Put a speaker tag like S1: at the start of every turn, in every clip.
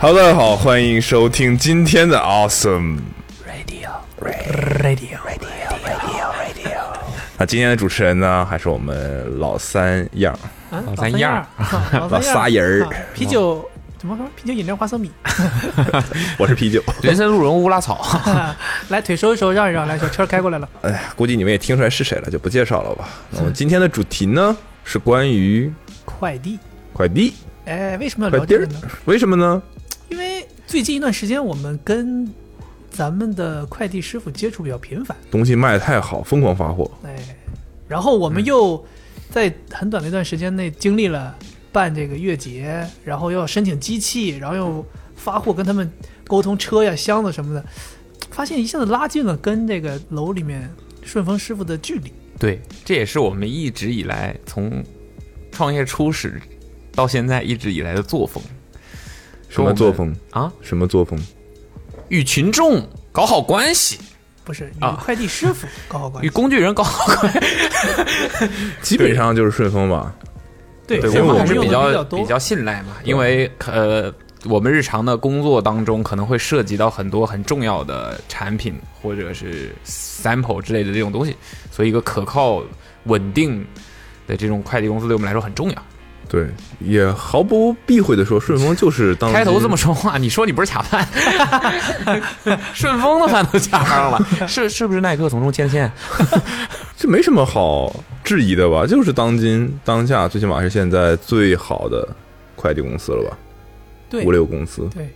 S1: Hello，大家好，欢迎收听今天的 Awesome。
S2: Radio
S1: 那今天的主持人呢，还是我们老三样儿，
S2: 啊，
S3: 老
S2: 老
S3: 三
S2: 三
S3: 样
S2: 样儿，老
S1: 老仨
S2: 样
S1: 人
S2: 儿
S1: 儿，
S2: 啊啤酒怎么说？啤酒饮料花生米，
S1: 我是啤酒。
S3: 人参鹿茸乌拉草，
S2: 来腿收一收，让一让，来，小车开过来了。
S1: 哎呀，估计你们也听出来是谁了，就不介绍了吧。那我们今天的主题呢，是关于
S2: 快递，
S1: 快递，
S2: 哎，为什么要
S1: 快
S2: 聊
S1: 递
S2: 这
S1: 儿
S2: 个呢？。
S1: 为什么呢？
S2: 因为最近一段时间，我们跟咱们的快递师傅接触比较频繁，
S1: 东西卖得太好，疯狂发货。
S2: 哎，然后我们又在很短的一段时间内经历了办这个月结，然后要申请机器，然后又发货，跟他们沟通车呀、箱子什么的，发现一下子拉近了跟这个楼里面顺丰师傅的距离。
S3: 对，这也是我们一直以来从创业初始到现在一直以来的作风
S1: 什么作风？
S3: 啊，
S1: 什么作风？
S3: 与群众搞好关系，
S2: 不是与
S3: 啊
S2: 快递师傅搞好关
S3: 与
S2: 系，
S3: 工具人搞好关系。
S1: 基本上就是顺丰吧。
S2: 对
S1: 对
S3: 对
S1: 我
S3: 我
S1: 们
S2: 还
S3: 们还
S2: 是
S3: 是
S2: 用
S3: 比
S2: 的
S3: 较
S2: 多，
S3: 比较信赖嘛，因为呃，我们日常的工作当中可能会涉及到很多很重要的产品或者是 sample 之类的这种东西，所以一个可靠稳定的这种快递公司对我们来说很重要。
S1: 对，也毫不避讳的说，顺丰就是当
S3: 开头这
S1: 今
S3: 么说话，你说你不是卡 饭，顺丰的饭都卡上了，是是不是耐克从中牵线？
S1: 这没什么好质疑的吧？就是当今当下，最起码是现在最好的快递公司了吧？
S2: 对
S1: 物流公司，
S2: 对，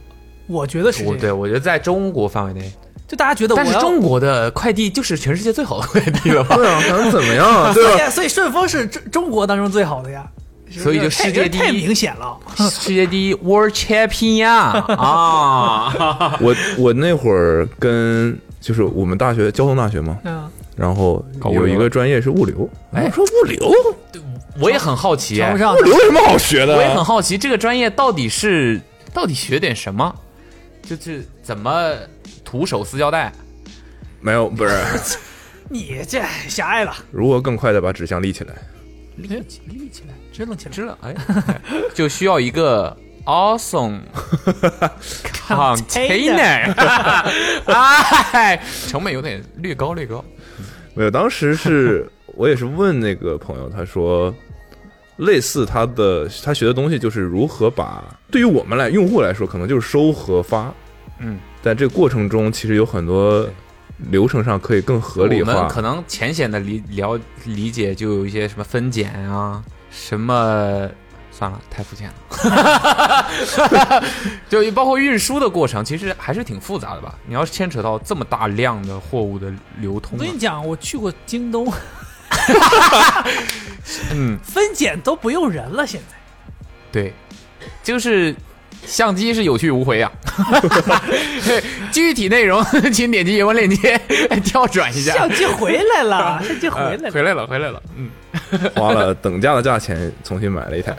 S2: 我觉得是这
S3: 我
S2: 样
S3: 对我觉得在中国范围内，
S2: 就大家觉得我
S3: 但是
S2: 要
S3: 中国的快递就是全世界最好的快递了 吧？
S1: 对啊，咱们怎么样啊？ 对
S2: 所
S1: 吧？
S2: 以所以顺丰是中中国当中最好的呀，
S3: 所以就世界第一
S2: 太明显了。
S3: 世界第一 World Champion 啊！
S1: 我我那会儿跟就是我们大学交通大学嘛，
S2: 嗯，
S1: 然后
S3: 搞物
S1: 有
S3: 流的
S1: 一个专业是物流，
S3: 哎
S1: 我说物流，
S3: 我也很好奇，
S2: 瞧不上
S1: 物流有什么好学的
S3: 我也很
S1: 啊？
S3: 好奇这个专业到底是到底学点什么，就是怎么徒手撕胶带。
S1: 没有，不是，
S2: 你这狭隘了，
S1: 如何更快的把纸箱立起来？
S2: 立起立起来，支棱起来。
S3: 知道哎， 就需要一个 awesome container，哎，成本有点略高略高。
S1: 没有，当时 是我也是问那个朋友，他说类似他的他学的东西就是如何把对于我们来用户来说，可能就是收和发，
S3: 嗯，
S1: 但这个过程中其实有很多流程上可以更合理
S3: 我们
S1: 化
S3: 可。能浅显的理了理解就有一些什么分拣啊，什么。算了，太肤浅了。 就包括运输的过程，其实还是挺复杂的吧？你要是牵扯到这么大量的货物的流
S2: 我
S3: 通啊，
S2: 跟你讲，我去过京东，
S3: 嗯，
S2: 分拣都不用人了，现在
S3: 对，就是相机是有去无回啊。 对，具体内容 请点击原文链接 跳转一下
S2: 相。机回来了，相机回来
S3: 呃
S2: 了。
S3: 回来了，回来了。嗯，
S1: 花了等价的价钱重新买了一台，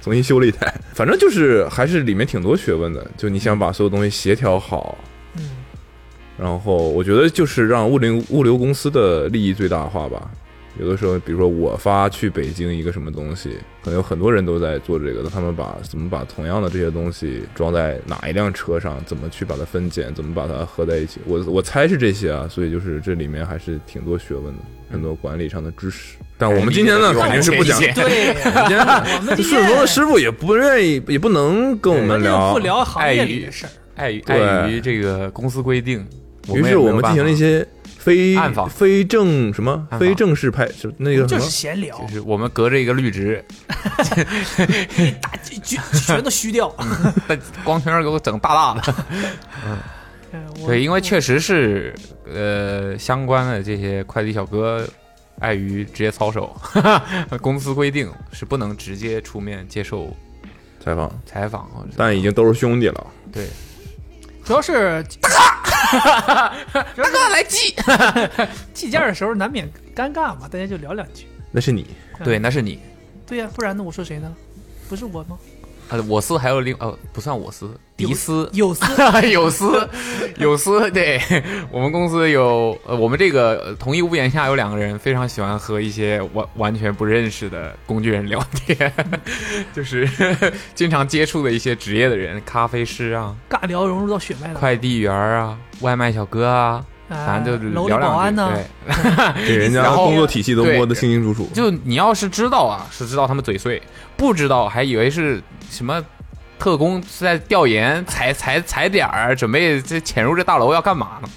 S1: 重新修了一台， 反正就是还是里面挺多学问的。就你想把所有东西协调好，
S2: 嗯，
S1: 然后我觉得就是让物流物流公司的利益最大化吧。有的时候，比如说我发去北京一个什么东西，可能有很多人都在做这个，那他们把怎么把同样的这些东西装在哪一辆车上，怎么去把它分拣，怎么把它合在一起，我我猜是这些啊，所以就是这里面还是挺多学问的，很多管理上的知识。啊但我
S3: 哎
S1: 们今天 呢，肯定是不讲，
S3: 理解
S2: 对，我们今
S1: 顺丰的
S2: 天
S1: 师傅也不愿意，也不能跟我
S2: 我
S1: 们
S2: 们
S1: 聊
S2: 不。聊行业里的事儿，
S3: 碍于
S1: 对
S3: 碍于这个公司规定，
S1: 于是
S3: 我
S1: 我
S3: 也没有
S1: 们
S3: 办
S1: 进
S3: 法
S1: 行了一，些非
S3: 暗访
S1: 非正什么
S3: 访
S1: 非正式拍，是那个什
S2: 就
S1: 么
S2: 是闲聊
S3: 就，是我们隔着一个绿植，
S2: 大全全都虚掉。
S3: 但光圈给我整大大 的。
S2: 嗯我
S3: 对，因为确实是呃，相关的这些快递小哥。碍于职业操守， 公司规定是不能直接出面接受
S1: 采访，
S3: 采访或者
S1: 但已经都是兄弟了。
S3: 对，
S2: 主要是
S3: 大哥来寄。
S2: 计件的时候难免尴尬嘛，大家就聊两句。
S1: 那是你，
S3: 对，那是你。
S2: 对呀、不然呢？我说谁呢？不是我吗？
S3: 呃，我司还有另呃不算我司，迪斯
S2: 有司
S3: 有司有司，对我们公司有呃我们这个呃同一屋檐下有两个人非常喜欢和一些完完全不认识的工具人聊天，就是 经常接触的一些职业的人，咖啡师啊、
S2: 尬聊融入到血脉了，
S3: 快递员啊、外卖小哥啊，
S2: 啊
S3: 反正就
S2: 楼
S3: 聊
S2: 里
S3: 两句。
S2: 保安呢
S1: 哎
S3: 对，
S1: 给人家
S3: 哎然后
S1: 工作体系都摸得清清楚楚。
S3: 就你要是知道啊，是知道他们嘴碎；不知道还以为是什么特工是在调研踩踩踩点儿，准备这潜入这大楼要干嘛呢？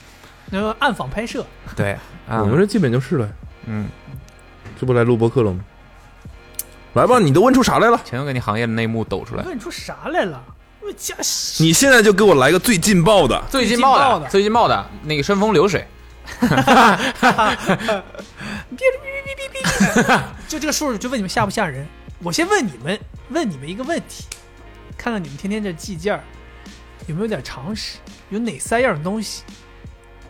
S2: 然后暗访拍摄，
S3: 对，啊、
S1: 我们这基本就是了，
S3: 嗯，
S1: 这不来录播客了吗？来吧，你都问出啥来了？
S3: 全都给你行业的内幕抖出来。
S2: 问出啥来了？我家
S1: 你现在就给我来个最劲爆的，
S3: 最
S2: 劲
S3: 劲
S2: 爆的
S3: 爆的，最劲爆的那个顺风流水，
S2: 就这个数，就问你们吓不吓人？我先问你们，问你们一个问题，看看你们天天这计件儿，有没有点常识？有哪三样东西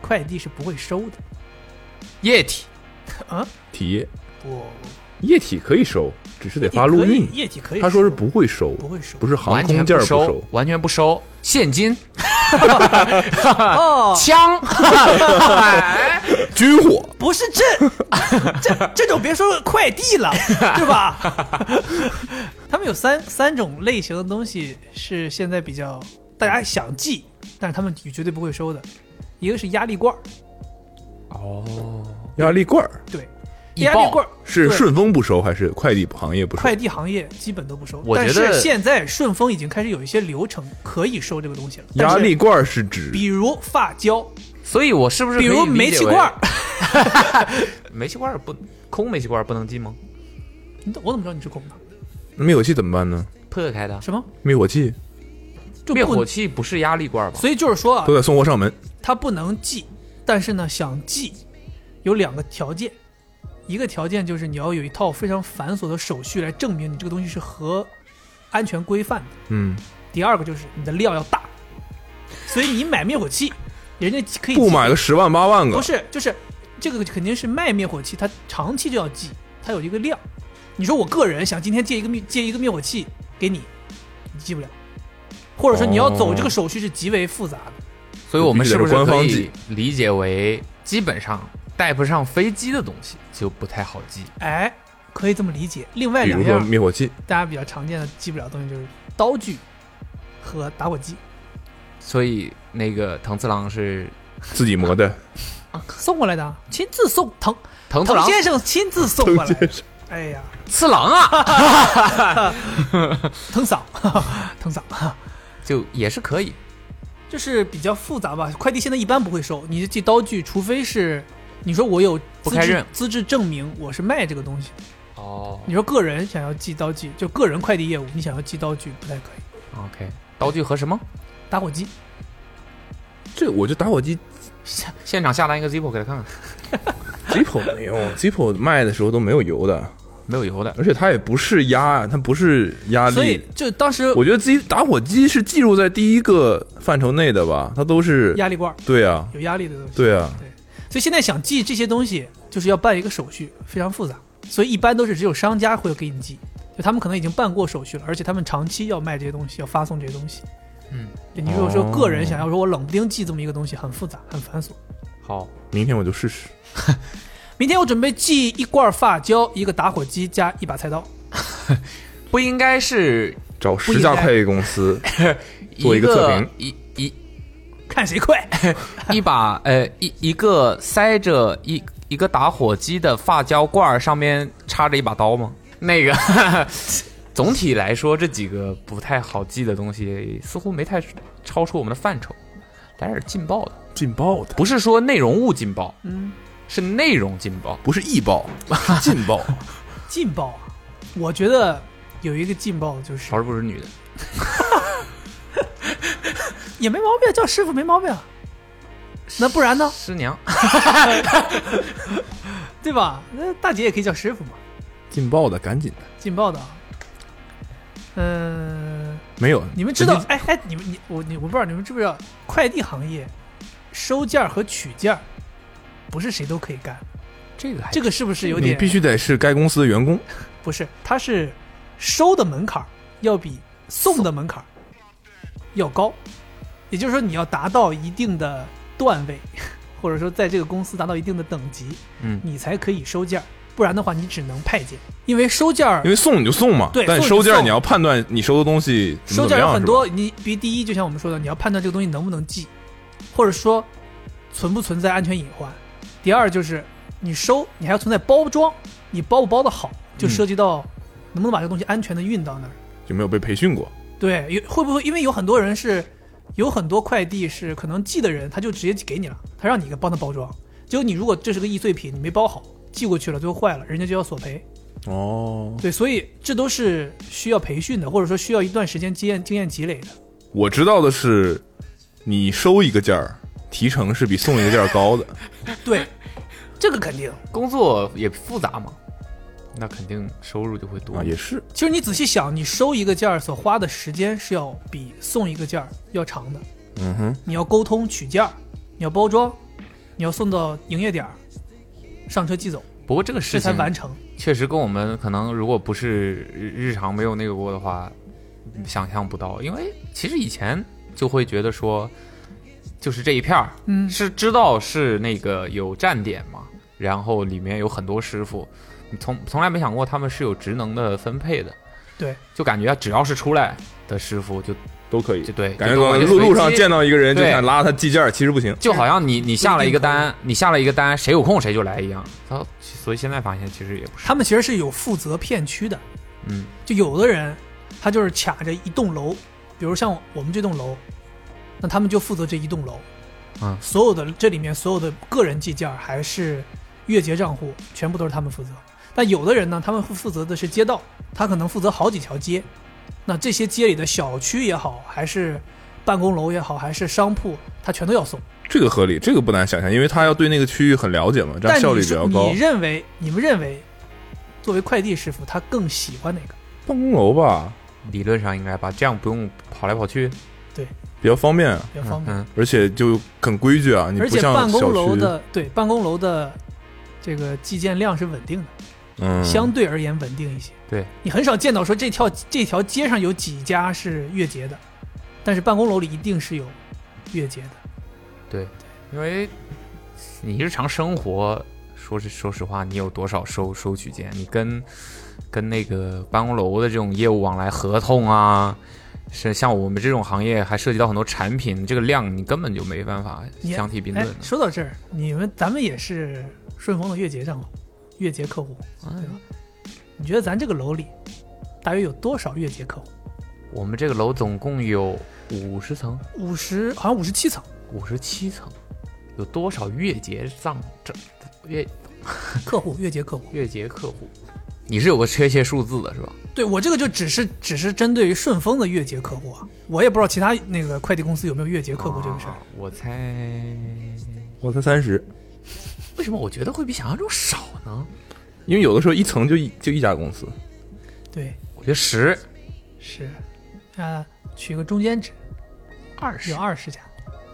S2: 快递是不会收的？
S3: 液体
S1: 体液
S2: 不，
S1: 液体可以收，只是得发
S2: 液
S1: 陆
S2: 体可以
S1: 运。
S2: 液体可以收。
S1: 他说是不会收，
S2: 不会收
S1: 不是航
S3: 完全
S1: 空件儿不
S3: 收，完全不收现金、
S2: 哦，
S3: 枪，哎
S1: 军火
S2: 不是这 这这种别说快递 了，对吧？他们有三三种类型的东西是现在比较大家想寄，但是他们绝对不会收的。一个是压力罐儿，
S1: 压力罐儿
S2: 对，
S3: 易
S2: 压力
S3: 爆
S2: 罐儿
S1: 是
S2: 对
S1: 顺丰不收还是快递行业不收？
S2: 快递行业基本都不收，
S3: 我
S2: 但
S3: 觉
S2: 是
S3: 得
S2: 现在顺丰已经开始有一些流程可以收这个东西了。但
S1: 压
S2: 是
S1: 力罐儿是指
S2: 比如发胶，
S3: 所以我是不是可
S2: 比
S3: 以
S2: 如
S3: 理
S2: 煤
S3: 解
S2: 气
S3: 为
S2: 罐儿，，
S3: 煤气罐儿不空煤气罐儿不能进吗？
S2: 你怎我怎么知道你是空的？
S1: 灭火器怎么办呢？
S3: 破开的，
S2: 什么？
S1: 灭火器
S2: 就
S3: 灭
S2: 不
S3: 火器不是压力罐儿吧？
S2: 所以就是说啊
S1: 都，得送货上门，
S2: 它不能寄，但是呢，想寄有两个条件，一个条件就是你要有一套非常繁琐的手续来证明你这个东西是合安全规范的。
S1: 嗯，
S2: 第二个就是你的量要大，所以你买灭火器，人家可以
S1: 不
S2: 寄
S1: 买个十万八万个
S2: 不，是，就是这个肯定是卖灭火器，它长期就要寄，它有一个量。你说我个人想今天借一个灭借一个灭火器给你，你寄不了，或者说你要走
S1: 哦
S2: 这个手续是极为复杂的。
S3: 所以我们是不
S1: 必
S3: 是
S1: 须得是官
S3: 可
S1: 方
S3: 以
S1: 寄
S3: 理解为，基本上带不上飞机的东西就不太好寄？
S2: 哎，可以这么理解。另外
S1: 比
S2: 两
S1: 如说
S2: 样
S1: 灭火器，
S2: 大家比较常见的寄不了的东西就是刀具和打火机。
S3: 所以那个藤次郎是
S1: 自己磨的，
S2: 啊，送过来的啊，亲自送藤
S3: 藤次
S2: 藤
S3: 郎
S2: 先生亲自送 过来
S1: 藤
S2: 的
S1: 先。
S2: 哎呀，
S3: 次郎啊，
S2: 藤 嫂，藤嫂，
S3: 就也是可以。
S2: 就是比较复杂吧。快递现在一般不会收，你寄刀具，除非是你说我有
S3: 不
S2: 资
S3: 开
S2: 质
S3: 刃
S2: 资质证明我是卖这个东西。
S3: 哦
S2: 你说个人想要寄刀具，就个人快递业务，你想要寄刀具不太可以。
S3: ，OK，刀具和什么？
S2: 打火机，
S1: 这我就打火机
S3: 现场下单一个 Zippo 给他看看，
S1: Zippo 没用，Zippo 卖的时候都没有油的，
S3: 没有油的。
S1: 而且它也不是压，它不是压
S2: 所以
S1: 力。
S2: 就当时
S1: 我觉得自己打火机是计入在第一个范畴内的吧，它都是
S2: 压力罐儿
S1: 对啊，
S2: 有压力的东西。
S1: 对啊，
S2: 所以现在想寄这些东西，就是要办一个手续，非常复杂。所以一般都是只有商家会给你寄，就他们可能已经办过手续了，而且他们长期要卖这些东西，要发送这些东西。
S3: 嗯
S2: 对，你如果说个人想要说我冷不丁寄这么一个东西，很复杂，很繁琐。
S3: 好，
S1: 明天我就试试。
S2: 明天我准备寄一罐发胶、一个打火机加一把菜刀，
S3: 不应该是
S1: 找
S2: 不
S1: 十
S2: 应
S1: 家
S2: 该
S1: 快递公 司，做
S3: 一
S1: 一个测评
S3: 一一
S2: 看谁快。
S3: 一把呃一一个塞着一一个打火机的发胶罐儿上面插着一把刀吗？那个， 总体来说这几个不太好记的东西似乎没太超出我们的范畴，来点劲爆的，
S1: 劲爆的，
S3: 不是说内容物劲爆，
S2: 嗯，
S3: 是内容劲爆。
S1: 不是易 爆，是劲爆。
S2: 劲爆啊！我觉得有一个劲爆就是
S3: 乔治不是女的，
S2: 也没毛病，叫师傅没毛病。啊那不然呢？
S3: 师娘，
S2: 对吧？那大姐也可以叫师傅嘛。
S1: 劲爆的，赶紧的，
S2: 劲爆的啊。嗯，
S1: 没有，
S2: 你们知道
S1: 人？家
S2: 哎哎，你们你我你我不知道你们知不知道，快递行业收件儿和取件儿不是谁都可以干，
S3: 这个还
S2: 这个是不是有
S1: 你
S2: 点
S1: 必须得是该公司的员工，
S2: 不是？它是收的门槛儿要比送的门槛儿要高，也就是说你要达到一定的段位， 或者说在这个公司达到一定的等级，
S3: 嗯
S2: 你才可以收件儿，不然的话你只能派件，因为收件儿
S1: 因为送你就送嘛，
S2: 对
S1: 但
S2: 送你就
S1: 收件儿
S2: 送
S1: 你要判断你收的东西怎
S2: 收
S1: 么怎么
S2: 件儿有
S1: 样
S2: 很
S1: 是吧
S2: 多，你比如第一，就像我们说的，你要判断这个东西能不能寄，或者说存不存在安全隐患；第二就是你收，你还要存在包装，你包不包的好，就
S3: 嗯
S2: 涉及到能不能把这个东西安全的运到那儿。
S1: 有没有被培训过？
S2: 对，有会不会因为有很多人是有很多快递是可能寄的人他就直接给你了，他让你给帮他包装，结果你如果这是个易碎品，你没包好，寄过去了最后坏了，人家就要索赔。
S1: 哦，
S2: 对，所以这都是需要培训的，或者说需要一段时间经验经验积累的。
S1: 我知道的是，你收一个件儿，提成是比送一个件儿高 的。
S2: 对，这个肯定。
S3: 工作也复杂嘛，那肯定收入就会多。
S1: 啊，也是，
S2: 其实你仔细想，你收一个件儿所花的时间是要比送一个件儿要长的。
S1: 嗯哼，
S2: 你要沟通取件儿，你要包装，你要送到营业点儿，上车寄走，
S3: 不过这个
S2: 这
S3: 事
S2: 才
S3: 情
S2: 完成。
S3: 确实跟我们可能如果不是日日常没有那个过的话，想象不到。因为其实以前就会觉得说，就是这一片儿
S2: 嗯，
S3: 是知道是那个有站点嘛，然后里面有很多师傅，你从从来没想过他们是有职能的分配的。
S2: 对，
S3: 就感觉只要是出来的师傅就，
S1: 都可以
S3: 就。对，
S1: 感觉
S3: 就都
S1: 可
S3: 会
S1: 能路路上
S3: 随机
S1: 见到一个人就
S3: 对
S1: 想拉他寄件儿，其实不行。
S3: 就好像你你下了一个
S2: 不
S3: 单，你下了一个单，谁有空谁就来一样。然后所以现在发现其实也不是，
S2: 他们其实是有负责片区的，
S3: 嗯，
S2: 就有的人他就是卡着一栋楼，比如像我们这栋楼，那他们就负责这一栋楼。
S3: 嗯
S2: 所有的这里面所有的个人计件儿还是月结账户，全部都是他们负责。但有的人呢，他们会负责的是街道，他可能负责好几条街。那这些街里的小区也好，还是办公楼也好，还是商铺，他全都要送。
S1: 这个合理，这个不难想象，因为他要对那个区域很了解嘛，这样
S2: 但
S1: 效率
S2: 你
S1: 比较
S2: 说
S1: 高
S2: 你。认为你们认为，作为快递师傅，他更喜欢哪个？
S1: 办公楼吧，
S3: 理论上应该吧，这样不用跑来跑去，
S1: 比较方便啊，
S2: 比较方便。
S3: 嗯，
S1: 而且就很规矩啊，你
S2: 而
S1: 不
S2: 且
S1: 像
S2: 办
S1: 小
S2: 公楼
S1: 区，
S2: 的对办公楼的这个寄件量是稳定的，
S1: 嗯，
S2: 相对而言稳定一些。
S3: 对
S2: 你很少见到说这条这条街上有几家是月结的，但是办公楼里一定是有月结的。
S3: 因为你日常生活，说是说实话，你有多少收收取件，你跟跟那个办公楼的这种业务往来，合同啊，是像我们这种行业还涉及到很多产品，这个量你根本就没办法
S2: 你
S3: 相提并
S2: 哎
S3: 论的，。
S2: 说到这儿，你们咱们也是顺丰的月结账户，月结客户，对吧？你觉得咱这个楼里大约有多少月结客户？
S3: 我们这个楼总共有五十层，
S2: 五十，好像五十七层
S3: 五十七层，有多少月结账这月
S2: 客户，月结客户。
S3: 月结客户？你是有个确切数字的是吧？
S2: 对我这个就只是只是针对于顺丰的月结客户啊，我也不知道其他那个快递公司有没有月结客户这个事儿
S3: 啊。我猜，
S1: 我才三十，
S3: 为什么我觉得会比想象中少呢？
S1: 因为有的时候一层就一就一家公司，
S2: 对，
S3: 我觉得十、
S2: 是，啊，取个中间值，
S3: 二十
S2: 有，二十家，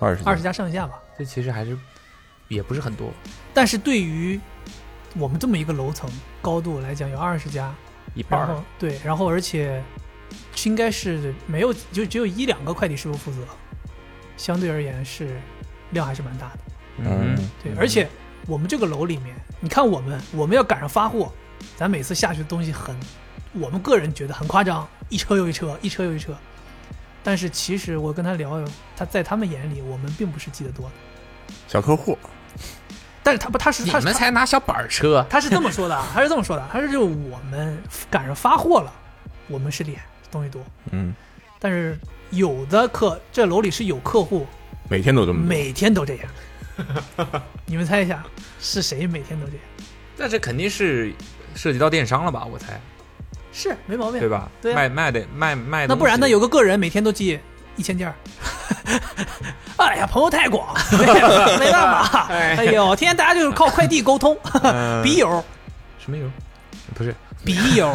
S1: 二十
S2: 二十家上下吧。
S3: 这其实还是也不是很多，
S2: 但是对于我们这么一个楼层高度来讲，有二十家，
S3: 一半
S2: 然
S3: 儿
S2: 后。对，然后而且应该是没有，就只有一两个快递师傅负责，相对而言是量还是蛮大的。
S1: 嗯
S2: 对，而且我们这个楼里面，你看我们，我们要赶上发货，咱每次下去的东西很，我们个人觉得很夸张，一车又一车，一车又一车。但是其实我跟他聊，他在他们眼里，我们并不是寄得多的。
S1: 小客户，
S2: 但是他不，他是
S3: 你
S2: 他是
S3: 们才拿小板儿车，
S2: 他是这么说 的啊，他是这么说的，他是就我们赶上发货了，我们是厉害，东西多。
S1: 嗯，
S2: 但是有的客，这楼里是有客户，
S1: 每天都这
S3: 嗯
S1: 么多
S2: 每天都这样。你们猜一下是谁每天都这样？
S3: 那这肯定是涉及到电商了吧？我猜，
S2: 是没毛病
S3: 对。吧？
S2: 对啊
S3: 卖卖的卖卖
S2: 那
S3: 东
S2: 不然呢？
S3: 西
S2: 有个个人每天都寄一千件儿， 哎呀，朋友太广， 没办法。
S3: 哎
S2: 哎呦，天天大家就是靠快递沟通，
S1: 嗯
S3: 呃
S2: 笔友、
S3: 什么油？不是
S2: 笔友、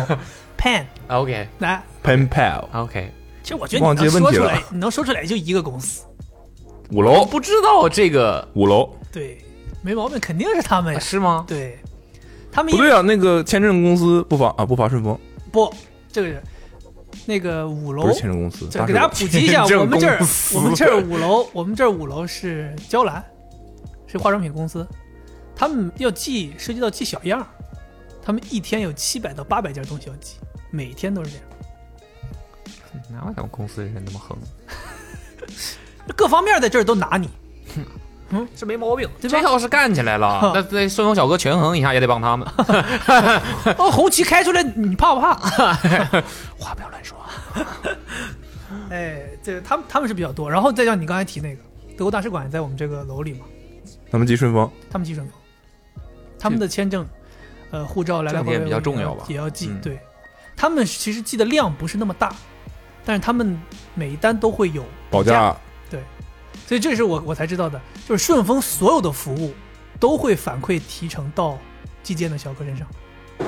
S2: pen，
S3: ，OK
S2: 来，
S1: pen pal
S3: OK，
S2: 其实我觉得
S1: 忘
S2: 你
S1: 记
S2: 能
S1: 问
S2: 说
S1: 题
S2: 出
S1: 了
S2: 来，你能说出来也就一个公司，
S1: 五
S3: 我
S1: 楼
S3: 不知道这个
S1: 五楼
S2: 对，没毛病，肯定是他们哎呀，
S3: 是吗？
S2: 对，他
S1: 啊
S2: 们
S1: 不
S2: 一
S1: 对啊，那个签证公司不发啊不发顺丰，
S2: 不，这个人那个五楼
S1: 不是签证公司，
S2: 再
S1: 大
S2: 给大家
S1: 手
S2: 普及一下，
S3: 签证
S2: 我们这儿
S3: 公司
S2: 我们这儿五楼，我们这儿五楼是娇兰，是化妆品公司，他们要寄涉及到寄小样儿，他们一天有七百到八百件东西要寄，每天都是这样，嗯
S3: 哪有咱们公司人那么横？
S2: 各方面在这儿都拿你，嗯
S3: 这没毛病，
S2: 对吧
S3: 这要是干起来了
S2: 哼，
S3: 那那顺丰小哥权衡一下也得帮他们。
S2: 哦，红旗开出来，你怕不怕？
S3: 话不要乱说啊。
S2: 哎，这他们他们是比较多，然后再像你刚才提那个德国大使馆也在我们这个楼里嘛，
S1: 他们寄顺丰，
S2: 他们寄顺丰，他们的签证、呃护照来来回
S3: 这
S2: 回
S3: 点比较重要吧
S2: 也要寄。
S3: 嗯
S2: 对，他们其实寄的量不是那么大，但是他们每一单都会有
S1: 保
S2: 价，
S1: 价
S2: 所以这是我我才知道的，就是顺丰所有的服务都会反馈提成到寄件的小哥身上，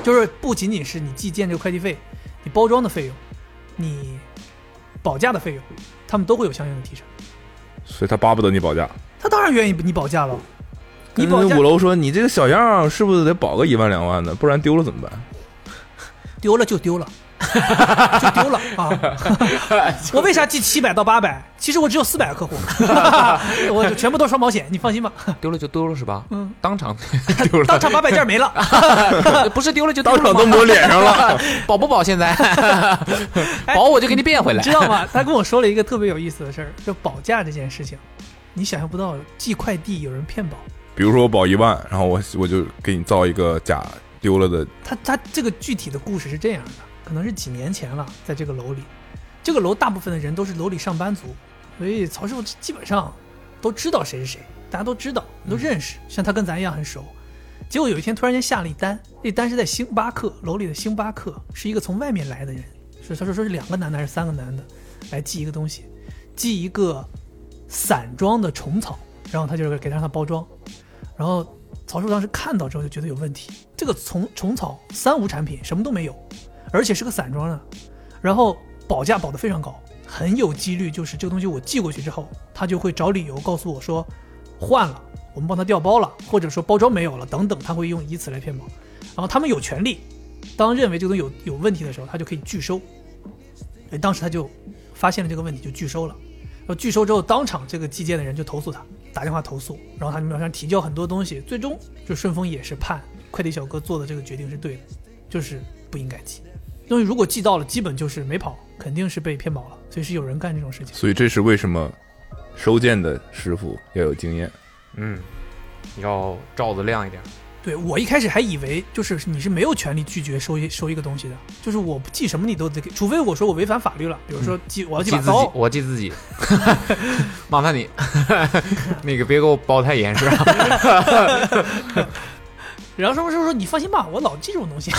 S2: 就是不仅仅是你寄件这个快递费，你包装的费用，你保价的费用，他们都会有相应的提成。
S1: 所以他巴不得你保价。
S2: 他当然愿意你保价了，你
S1: 跟
S2: 保价
S1: 五楼说你这个小样儿是不是得保个一万两万的，不然丢了怎么办？
S2: 丢了就丢了， 就丢了啊！我为啥寄七百到八百？其实我只有四百个客户，我就全部都双保险，你放心吧。
S3: 丢了就丢了是吧？
S2: 嗯，
S3: 当场 丢
S2: 当
S3: 了，
S2: 场八百件没了，
S3: 不是丢了就丢
S1: 当
S3: 了
S1: 场都
S3: 吗
S1: 抹脸上了，
S3: 保不保现在？保我就给你变回
S2: 你
S3: 来
S2: 知。道吗？他跟我说了一个特别有意思的事儿，就保价这件事情，你想象不到寄快递有人骗保。
S1: 比如说我保一万，然后我我就给你造一个假丢了的，
S2: 他他这个具体的故事是这样的，可能是几年前了，在这个楼里，这个楼大部分的人都是楼里上班族，所以曹师傅基本上都知道谁是谁，大家都知道，都认识，像他跟咱一样很熟。结果有一天突然间下了一单，这单是在星巴克楼里的星巴克，是一个从外面来的人，是他说说是两个男的还是三个男的来寄一个东西，寄一个散装的虫草，然后他就是给他让他包装，然后曹叔当时看到之后就觉得有问题，这个虫虫草三无产品什么都没有，而且是个散装的，然后保价保得非常高，很有几率就是这个东西我寄过去之后，他就会找理由告诉我说换了，我们帮他调包了，或者说包装没有了等等，他会用以此来骗保。然后他们有权利，当认为这个东西有有问题的时候，他就可以拒收。哎，当时他就发现了这个问题，就拒收了。然后拒收之后，当场这个寄件的人就投诉他，打电话投诉，然后他们好像提交很多东西，最终就顺丰也是判快递小哥做的这个决定是对的，就是不应该寄。东西如果寄到了，基本就是没跑，肯定是被骗保了，所以是有人干这种事情。
S1: 所以这是为什么收件的师傅要有经验。
S3: 嗯，要罩子亮一点。
S2: 对我一开始还以为就是你是没有权利拒绝收一收一个东西的，就是我寄什么你都得给，除非我说我违反法律了，比如说寄我要寄
S3: 嗯记
S2: 把
S3: 自己
S2: 刀，，
S3: 我记自 己。麻烦你， 那个别给我包太严实啊。
S2: 然后说说说你放心吧，我老寄这种东 西。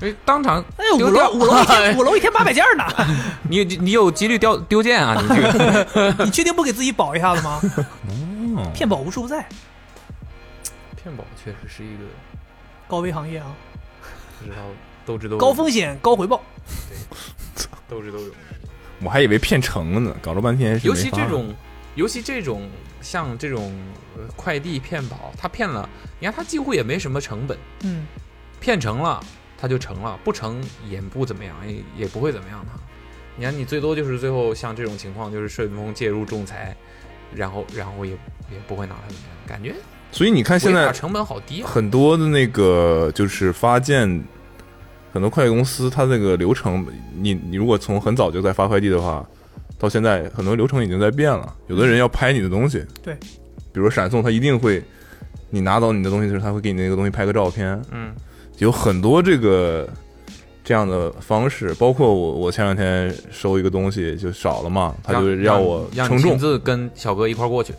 S3: 哎当场
S2: 哎呦，
S3: 丢
S2: 五
S3: 掉
S2: 楼五楼一 天五楼一天八百件呢，
S3: 你你有几率丢丢件啊？你这 个
S2: 你确定不给自己保一下子吗？
S1: 哦，
S2: 骗保无处不在，
S3: 骗保确实是一个
S2: 高危行业啊，
S3: 不知道斗智斗勇
S2: 高风险高回报。
S3: 斗智斗勇。
S1: 我还以为骗成了呢，搞了半天是
S3: 尤
S1: 没
S3: 其
S1: 法
S3: 这种，尤其这种像这种呃快递骗保，他骗了，你看他几乎也没什么成本，
S2: 嗯，
S3: 骗成了他就成了，不成也不怎么样，也也不会怎么样他。你看，你最多就是最后像这种情况，就是顺丰介入仲裁，然后然后也也不会拿他怎么样，感觉
S1: 所以你看现
S3: 违法
S1: 在
S3: 成本好低啊。
S1: 很多的那个就是发件，很多快递公司它那个流程，你你如果从很早就在发快递的话，到现在很多流程已经在变了。有的人要拍你的东西，
S2: 对，
S1: 比如说闪送，他一定会，你拿走你的东西的时候，他会给你那个东西拍个照片，
S3: 嗯，
S1: 有很多这个这样的方式。包括我我前两天收一个东西就少了嘛，他就
S3: 让
S1: 我
S3: 让
S1: 称
S3: 你亲
S1: 重，
S3: 自跟小哥一块儿 过去，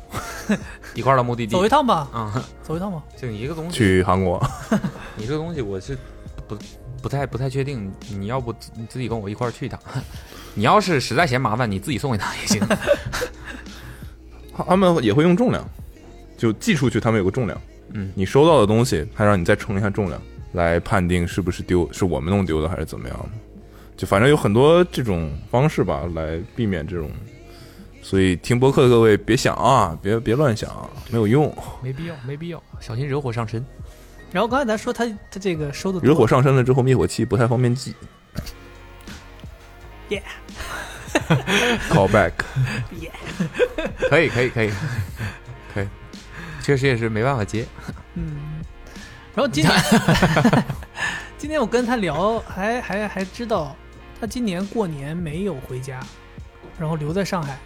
S3: 一块儿到目的地
S2: 走一趟吧，
S3: 啊、
S2: 走一趟吧。
S3: 就你一个东西。
S1: 去韩国。
S3: 你这个东西我是不不太不太确定，你要不自你自己跟我一块儿去一趟？ 你要是实在嫌麻烦，你自己送一趟也行。
S1: 他他们也会用重量，就寄出去他们有个重量，
S3: 嗯
S1: 你收到的东西，他让你再称一下重量，来判定是不是丢，是我们弄丢的还是怎么样的，就反正有很多这种方式吧，来避免这种。所以听播客的各位别想啊，别别乱想啊，没有用，
S3: 没必要，没必要，小心惹火上身。
S2: 然后刚才咱说他他这个收的
S1: 惹火上身了之后灭火器不太方便寄。 call back，
S3: 可以，可以， 可以，可以，确实也是没办法接。
S2: 嗯，然后今年，今天我跟他聊，还还还知道他今年过年没有回家，然后留在上海。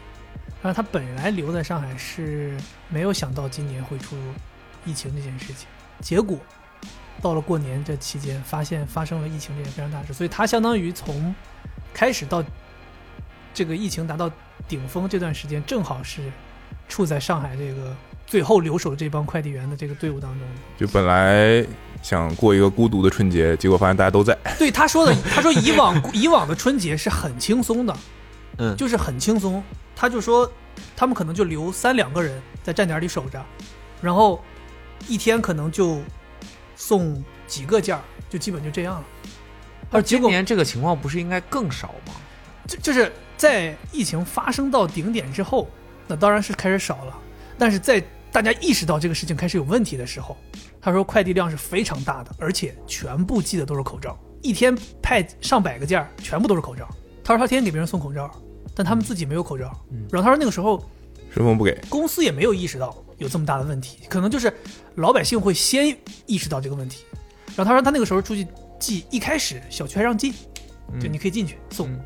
S2: 然后他本来留在上海是没有想到今年会出疫情这件事情，结果到了过年这期间，发现发生了疫情这件非常大事，所以他相当于从开始到这个疫情达到顶峰这段时间，正好是处在上海这个最后留守这帮快递员的这个队伍当中的。
S1: 就本来想过一个孤独的春节，结果发现大家都在。
S2: 对他说的，他说以往 以往的春节是很轻松的，
S3: 嗯
S2: 就是很轻松。他就说，他们可能就留三两个人在站点里守着，然后一天可能就送几个件儿，就基本就这样了。而结
S3: 今
S2: 果
S3: 年这个情况不是应该更少吗？
S2: 就就是在疫情发生到顶点之后，那当然是开始少了。但是在大家意识到这个事情开始有问题的时候，他说快递量是非常大的，而且全部寄的都是口罩，一天派上百个件儿，全部都是口罩。他说他天天给别人送口罩，但他们自己没有口罩。然后他说那个时候
S1: 顺丰不给，
S2: 公司也没有意识到有这么大的问题，可能就是老百姓会先意识到这个问题。然后他说他那个时候出去寄，一开始小区还让进，就你可以进去送。
S3: 嗯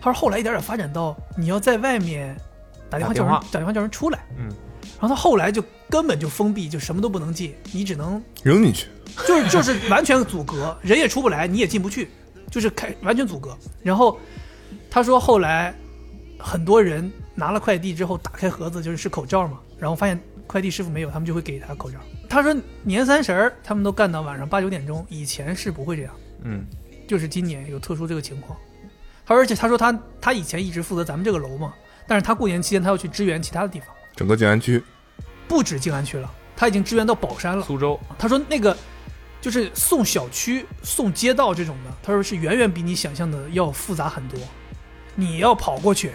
S2: 他说后来一点点发展到你要在外面打电话叫人
S3: 打电话
S2: 打电话叫人出来，
S3: 嗯，
S2: 然后他后来就根本就封闭，就什么都不能进，你只能
S1: 扔进去。
S2: 就是就是完全阻隔，人也出不来，你也进不去，就是开完全阻隔。然后他说后来很多人拿了快递之后打开盒子就是是口罩嘛，然后发现快递师傅没有，他们就会给他口罩。他说年三十儿他们都干到晚上八九点钟，以前是不会这样，
S3: 嗯
S2: 就是今年有特殊这个情况。他说而且他说他他以前一直负责咱们这个楼嘛，但是他过年期间他要去支援其他的地方，
S1: 整个静安区
S2: 不止静安区了，他已经支援到宝山了。
S3: 苏州，
S2: 他说那个就是送小区、送街道这种的，他说是远远比你想象的要复杂很多。你要跑过去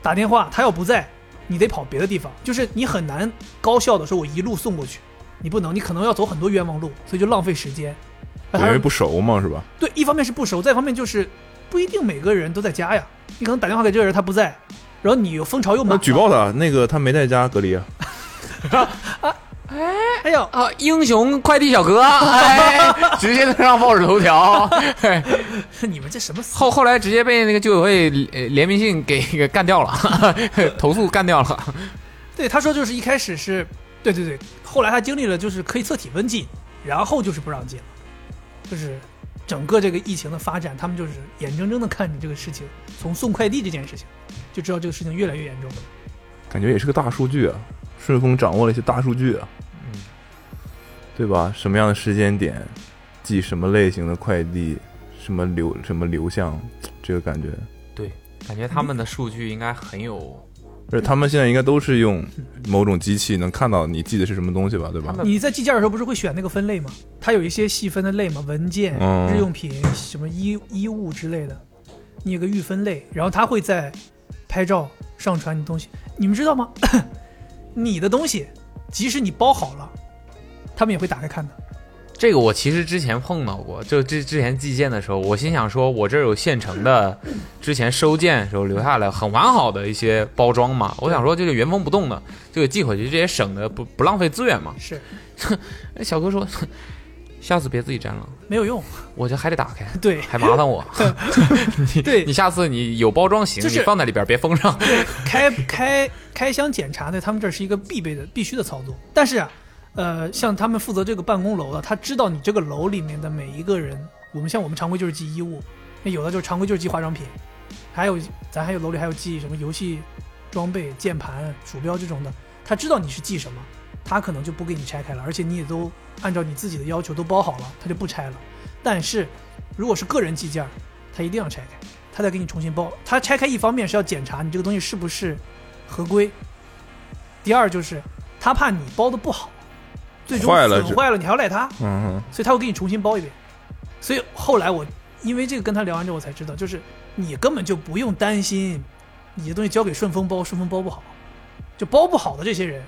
S2: 打电话，他要不在，你得跑别的地方，就是你很难高效的说我一路送过去，你不能，你可能要走很多冤枉路，所以就浪费时间。
S1: 因
S2: 哎他
S1: 为
S2: 说
S1: 不熟嘛，是吧？
S2: 对，一方面是不熟，再一方面就是不一定每个人都在家呀，你可能打电话给这个人他不在，然后你又蜂巢又满
S1: 那
S2: 了，
S1: 举报他，那个他没在家隔离啊。
S2: 哎呦，
S3: 啊，英雄快递小哥，哎， 直接登上报纸头条。
S2: 你们这什么思
S3: 后后来直接被那个居委会呃联名信给给干掉 了，投诉干掉了。
S2: 对，他说就是一开始是，对对对，后来他经历了就是可以测体温进，然后就是不让进了，就是整个这个疫情的发展，他们就是眼睁睁的看着这个事情从送快递这件事情，就知道这个事情越来越严重。
S1: 感觉也是个大数据啊，顺丰掌握了一些大数据啊，
S3: 嗯，
S1: 对吧？什么样的时间点，寄什么类型的快递，什么流什么流向，这个感觉。
S3: 对，感觉他们的数据应该很有，
S1: 而且他们现在应该都是用某种机器能看到你寄的是什么东西吧，对吧
S3: 他？们
S2: 你在寄件的时候不是会选那个分类吗？它有一些细分的类嘛，文件、
S1: 嗯
S2: 日用品、什么衣衣物之类的，你有个预分类，然后它会在拍照上传你东西。你们知道吗？ 你的东西，即使你包好了，他们也会打开看的。
S3: 这个我其实之前碰到过，就之之前寄件的时候，我心想说，我这儿有现成的，之前收件的时候留下来很完好的一些包装嘛，我想说这个原封不动的就给寄回去，这也省得不不浪费资源嘛。
S2: 是
S3: 哎小哥说，下次别自己粘了，
S2: 没有用，
S3: 我这还得打开，
S2: 对
S3: 还麻烦我。
S2: 对
S3: 你，下次你有包装行，
S2: 就是
S3: 你放在里边别封上。
S2: 开开开箱检查在他们这儿是一个必备的必须的操作。但是啊，呃，像他们负责这个办公楼的，他知道你这个楼里面的每一个人，我们像我们常规就是寄衣物，那有的就是常规就是寄化妆品，还有咱还有楼里还有寄什么游戏装备、键盘、鼠标这种的，他知道你是寄什么，他可能就不给你拆开了，而且你也都按照你自己的要求都包好了，他就不拆了。但是如果是个人寄件儿，他一定要拆开。他再给你重新包。他拆开一方面是要检查你这个东西是不是合规，第二就是他怕你包的不好，最终
S1: 坏了
S2: 损
S1: 就
S2: 坏了你还要赖他，
S1: 嗯
S2: 所以他会给你重新包一遍。所以后来我因为这个跟他聊完之后，我才知道，就是你根本就不用担心你的东西交给顺丰包，顺丰包不好，就包不好的这些人，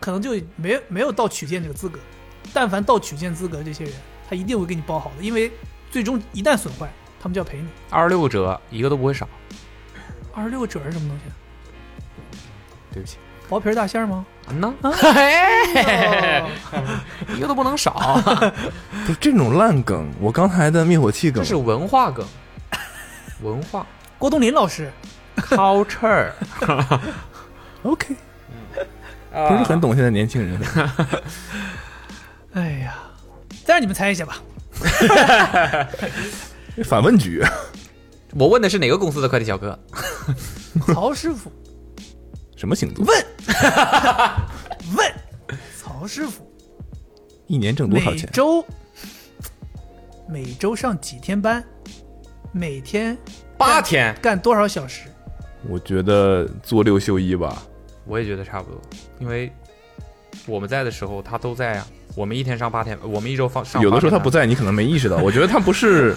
S2: 可能就没没有到取件这个资格。但凡到取件资格的这些人，他一定会给你包好的，因为最终一旦损坏，他们就要赔你。
S3: 二十六折，一个都不会少。
S2: 二十六准是什么东西？
S3: 对不起，
S2: 薄皮儿大馅儿吗？
S3: 嗯呐，嘿，一个都不能少，
S1: 不是这种烂梗，我刚才的灭火器梗
S3: 这是文化梗，文化
S2: 郭冬临老师
S3: culture，
S1: ，OK，不是很懂现在年轻人。
S2: 哎呀，再让你们猜一下吧。
S1: 反问句，
S3: 我问的是哪个公司的快递小哥？
S2: 曹师傅
S1: 什么星座？
S2: 问问曹师傅
S1: 一年挣多少
S2: 每
S1: 钱？
S2: 周每周上几天班，每天
S3: 八天，
S2: 干多少小时？
S1: 我觉得做六休一吧。
S3: 我也觉得差不多，因为我们在的时候他都在啊。我们一天上八天，我们一周放上啊
S1: 有的时候
S3: 八
S1: 他
S3: 天
S1: 不在，你可能没意识 到。我觉得他不是，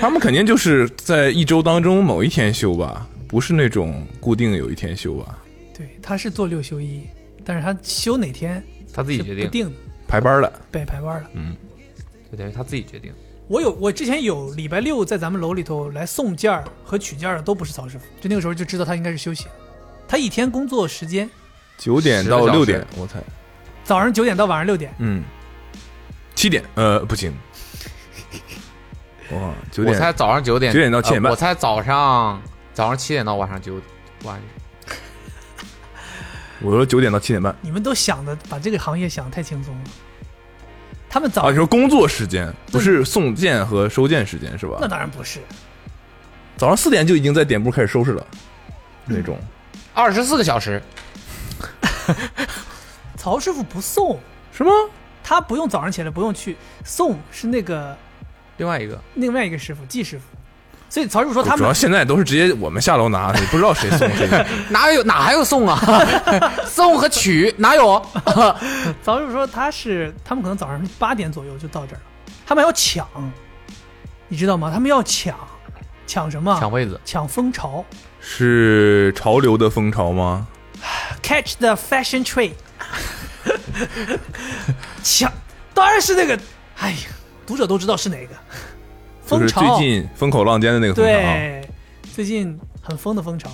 S1: 他们肯定就是在一周当中某一天休吧，不是那种固定有一天休吧，
S2: 对，他是做六休一，但是他休哪天
S3: 班，他自己
S2: 是
S3: 决
S2: 不
S3: 定，
S2: 定的，
S1: 排班了。
S2: 被排班了。
S3: 就等于他自己决定。
S2: 我有，我之前有礼拜六在咱们楼里头来送件儿和取件儿的都不是曹师傅，就那个时候就知道他应该是休息的。他一天工作时间
S1: 九点到
S3: 10个小时
S1: 六点，我猜，
S2: 早上九点到晚上六点，
S1: 嗯，七点，呃，不行，哇，九
S3: 我
S1: 点，
S3: 猜早上九点，
S1: 九点到七点半
S3: 呃我猜早上早上七点到晚上九晚
S1: 我说九点到七点半。
S2: 你们都想的把这个行业想得太轻松了。他们
S1: 啊，
S2: 早
S1: 你说工作时间不是送件和收件时间是吧
S2: 那？当然不是，
S1: 早上四点就已经在点部开始收拾了，
S3: 嗯
S1: 那种。
S3: 二十四个小时，
S2: 曹师傅不送，
S1: 什么？
S2: 他不用早上起来不用去送，是那个
S3: 另外一个
S2: 另外一个师傅季师傅。所以曹师傅说他
S1: 哦主要
S2: 们
S1: 现在都是直接我们下楼拿，也不知道谁送谁。
S3: 哪有哪还有送啊？ 送和取哪有？
S2: 曹师傅说他是他们可能早上八点左右就到这儿了，他们还要抢，你知道吗？他们要抢，抢什么？
S3: 抢位子，
S2: 抢风潮
S1: 是潮流的风潮吗？
S2: ，catch the fashion trend，抢，当然是那个，哎呀，读者都知道是哪个，
S1: 就是
S2: 风
S1: 最
S2: 潮，
S1: 近风口浪尖的那个
S3: 啊
S1: 风潮。
S2: 对，最近很疯的风潮，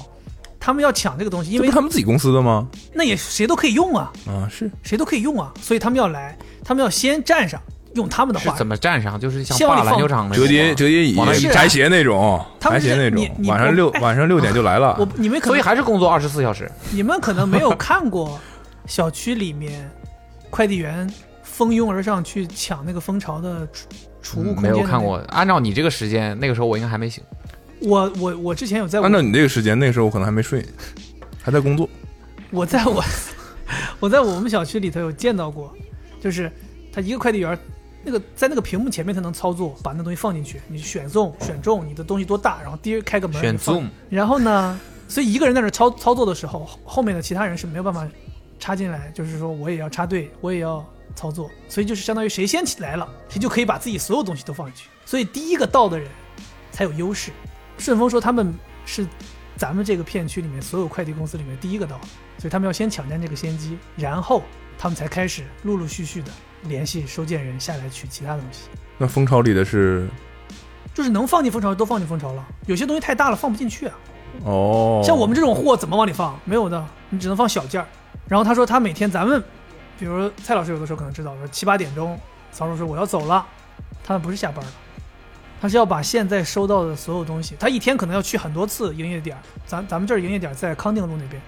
S2: 他们要抢这个东西，因
S1: 这不
S2: 为
S1: 是他们自己公司的吗？
S2: 那也谁都可以用啊，
S1: 啊，是
S2: 谁都可以用啊，所以他们要来，他们要先站上，用他们的
S3: 是
S2: 话
S3: 怎么站上？就是像
S2: 先往
S3: 霸
S2: 里
S3: 篮
S2: 放
S3: 球场那种
S1: 折叠
S3: 吗
S1: 折叠椅
S3: 往那一
S2: 是啊
S1: 柴鞋那种，
S2: 他
S1: 柴
S2: 们是
S1: 鞋那种
S2: 你你。
S1: 晚上六
S2: 我哎
S1: 晚上六点就来了
S2: 我，你们可
S3: 啊所以
S2: 能
S3: 还是工作二十四小时。
S2: 你们可能没有看过 小区里面快递员蜂拥而上去抢那个蜂巢的储储物空
S3: 嗯没
S2: 间、
S3: 有看过。，按照你这个时间，那个时候我应该还没醒。
S2: 我我我之前有在我
S3: 啊
S1: 按照你这个时间，那个时候我可能还没睡，还在工作。
S2: 我在我我在我们小区里头有见到过，就是他一个快递员儿，那个在那个屏幕前面他能操作，把那东西放进去，你选送选中你的东西多大，然后第开个门
S3: 选
S2: 你放
S3: Zoom
S2: 然后呢，所以一个人在那儿操操作的时候，后后面的其他人是没有办法插进来，就是说我也要插队，我也要操作，所以就是相当于谁先起来了，谁就可以把自己所有东西都放进去，所以第一个到的人才有优势。顺丰说他们是咱们这个片区里面所有快递公司里面第一个到的，所以他们要先抢占这个先机，然后他们才开始陆陆续续的联系收件人下来取其他东西。
S1: 那蜂巢里的是
S2: 就是能放进蜂巢都放进蜂巢了，有些东西太大了放不进去啊。
S1: 哦，
S2: 像我们这种货怎么往里放？没有的，你只能放小件儿。然后他说他每天咱们，比如蔡老师有的时候可能知道，说七八点钟，曹叔说我要走了，他们不是下班了，他是要把现在收到的所有东西，他一天可能要去很多次营业点儿。咱咱们这儿营业点儿在康定路那边，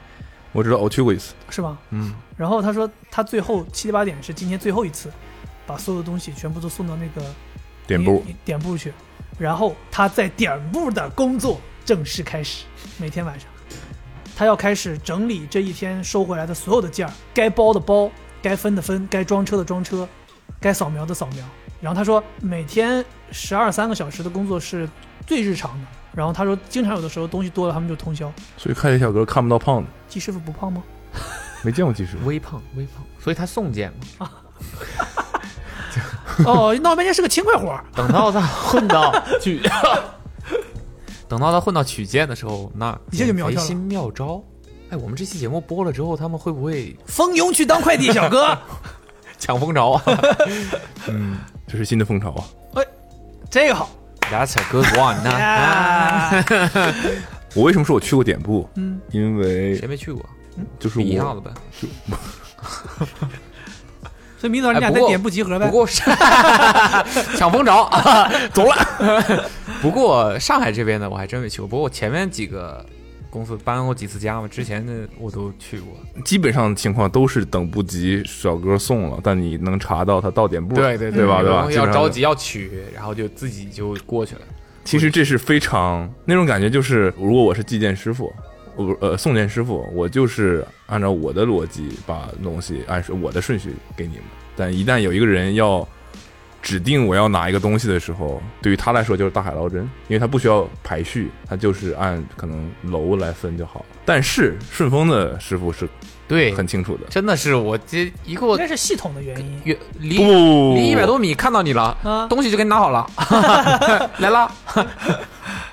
S1: 我知道，哦我去过一次。
S2: 是吧？
S1: 嗯，
S2: 然后他说他最后七八点是今天最后一次，把所有的东西全部都送到那个
S1: 点部
S2: 点部去，然后他在点部的工作正式开始。每天晚上，他要开始整理这一天收回来的所有的件儿，该包的包，该分的分，该装车的装车，该扫描的扫描。然后他说，每天十二三个小时的工作是最日常的。然后他说，经常有的时候东西多了，他们就通宵。
S1: 所以快递小哥看不到胖子，
S2: 季师傅不胖吗？
S1: 没见过技师。
S3: 微胖微胖，所以他送件嘛。
S2: 哦，闹半天是个轻快活儿。
S3: 等到他混 到取， 等到他混到取件的时候，那
S2: 一下就苗条
S3: 眉
S2: 了
S3: 心妙招。哎，我们这期节目播了之后，他们会不会
S2: 蜂拥去当快递小 哥，
S3: 抢风潮啊？
S1: 嗯，这是新的风潮啊。
S2: 这个好。
S3: 啊
S2: 哎
S3: That's a good one 呢、
S2: 啊
S1: 我为什么说我去过点布？
S2: 嗯，
S1: 因为
S3: 谁没去过？
S1: 就是
S3: 比一
S1: 我
S3: 样的呗。
S2: 所以明早你俩
S3: 哎不
S2: 再
S3: 过
S2: 点不集合呗
S3: 不。过是 抢风着， 走了。 不过上海这边的我还真没去过，不过我前面几个公司搬过几次家嘛，之前的我都去过。
S1: 基本上情况都是等不及小哥送了，但你能查到他到点布，
S3: 对
S1: 对吧？
S3: 有
S1: 对吧？
S3: 东西
S1: 基
S3: 嗯要
S1: 本上
S3: 着急要取，然后就自己就过去了。
S1: 其实这是非常那种感觉，就是如果我是寄件师傅，我不呃送件师傅，我就是按照我的逻辑把东西按顺我的顺序给你们。但一旦有一个人要指定我要拿一个东西的时候，对于他来说就是大海捞针，因为他不需要排序，他就是按可能楼来分就好了。但是顺丰的师傅是
S3: 对，
S1: 很清楚的，
S3: 真的是我这一
S2: 应
S3: 过
S2: 该是系统的原因
S3: 远离
S1: 不
S3: 离一百多米看到你了，
S2: 啊。
S3: 东西就给你拿好 了，来啦。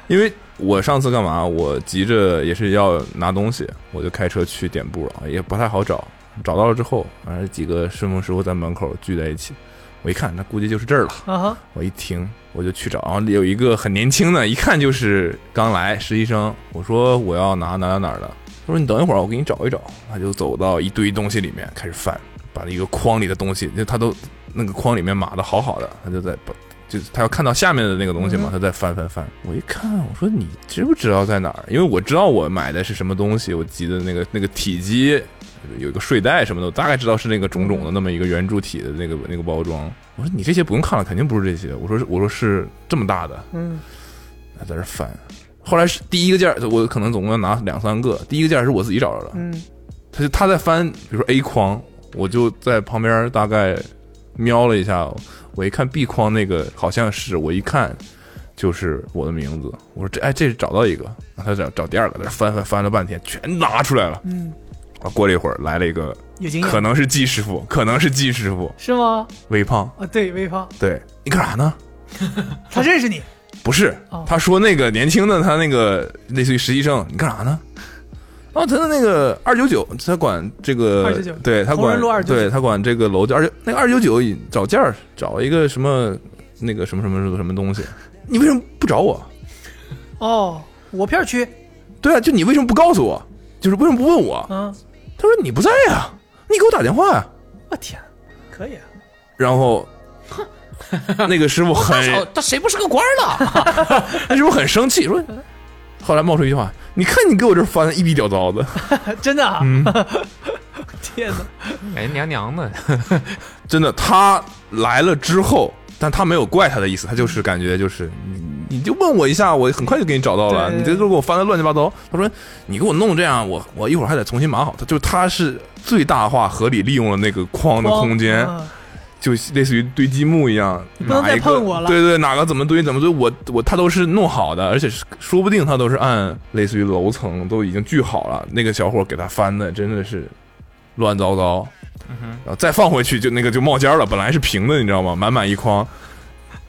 S1: 因为我上次干嘛？我急着也是要拿东西，我就开车去点布了，也不太好找。找到了之后，反正几个顺风师傅在门口聚在一起，我一看，那估计就是这儿了。
S2: 啊哈，
S1: 我一听，我就去找，然后有一个很年轻的，一看就是刚来实习生。我说我要拿哪哪哪儿的，他说你等一会儿，我给你找一找。他就走到一堆东西里面开始翻，把一个筐里的东西，就他都那个筐里面码的好好的，他就在把。就是他要看到下面的那个东西嘛
S2: 嗯，
S1: 他在翻翻翻。我一看，我说你知不知道在哪儿？因为我知道我买的是什么东西，我集的那个那个体积有一个睡袋什么的，我大概知道是那个种种的那么一个圆柱体的那个那个包装。我说你这些不用看了，肯定不是这些。我说是我说是这么大的，
S2: 嗯，
S1: 他在这翻。后来是第一个件儿，我可能总共要拿两三个，第一个件儿是我自己找着的。
S2: 嗯，
S1: 他就他在翻，比如说 A 框，我就在旁边大概瞄了一下，我一看 B 框那个好像是，我一看就是我的名字。我说这哎，这找到一个，然后他找找第二个，在这翻翻翻了半天，全拿出来了。
S2: 嗯，
S1: 啊，过了一会儿来了一个，
S2: 有经
S1: 可
S2: 验
S1: 能是季师傅，可能是季师傅，
S2: 是吗？
S1: 微胖，
S2: 啊，对，微胖，
S1: 对你干啥呢？
S2: 他认识你，
S1: 不是
S2: 哦，
S1: 他说那个年轻的他那个类似于实习生，你干啥呢？哦，他的那个二九九，他管这个
S2: 299，
S1: 对他
S2: 同仁
S1: 管
S2: 路299
S1: 对他管这个楼就二九那个二九九找件儿找一个什么那个什么什么什么东西，你为什么不找我？
S2: 哦，我片儿区，
S1: 对啊，就你为什么不告诉我？就是为什么不问我？
S2: 嗯，
S1: 他说你不在呀、你给我打电话呀、
S2: 我天，可以啊，
S1: 然后那个师傅很
S3: 他他谁不是个官儿呢？
S1: 那师傅很生气说，后来冒出一句话：“你看你给我这翻的一逼屌糟的。”
S2: 真的啊，
S1: 嗯
S2: 天哪，
S3: 哎，娘娘的，
S1: 真的，他来了之后，但他没有怪他的意思，他就是感觉就是你你就问我一下，我很快就给你找到了，
S2: 对
S1: 你这都给我翻的乱七八糟。他说你给我弄这样，我我一会儿还得重新码好。他就他是最大化合理利用了那个框的
S2: 光
S1: 空间，
S2: 嗯
S1: 就类似于堆积木一样，
S2: 你不能
S1: 哪
S2: 再
S1: 一个
S2: 碰我了
S1: 对对，哪个怎么堆怎么堆，我我他都是弄好的，而且是说不定他都是按类似于楼层都已经锯好了。那个小伙给他翻的真的是乱糟糟，
S2: 嗯
S1: 然后再放回去就那个就冒尖了，本来是平的，你知道吗？满满一筐，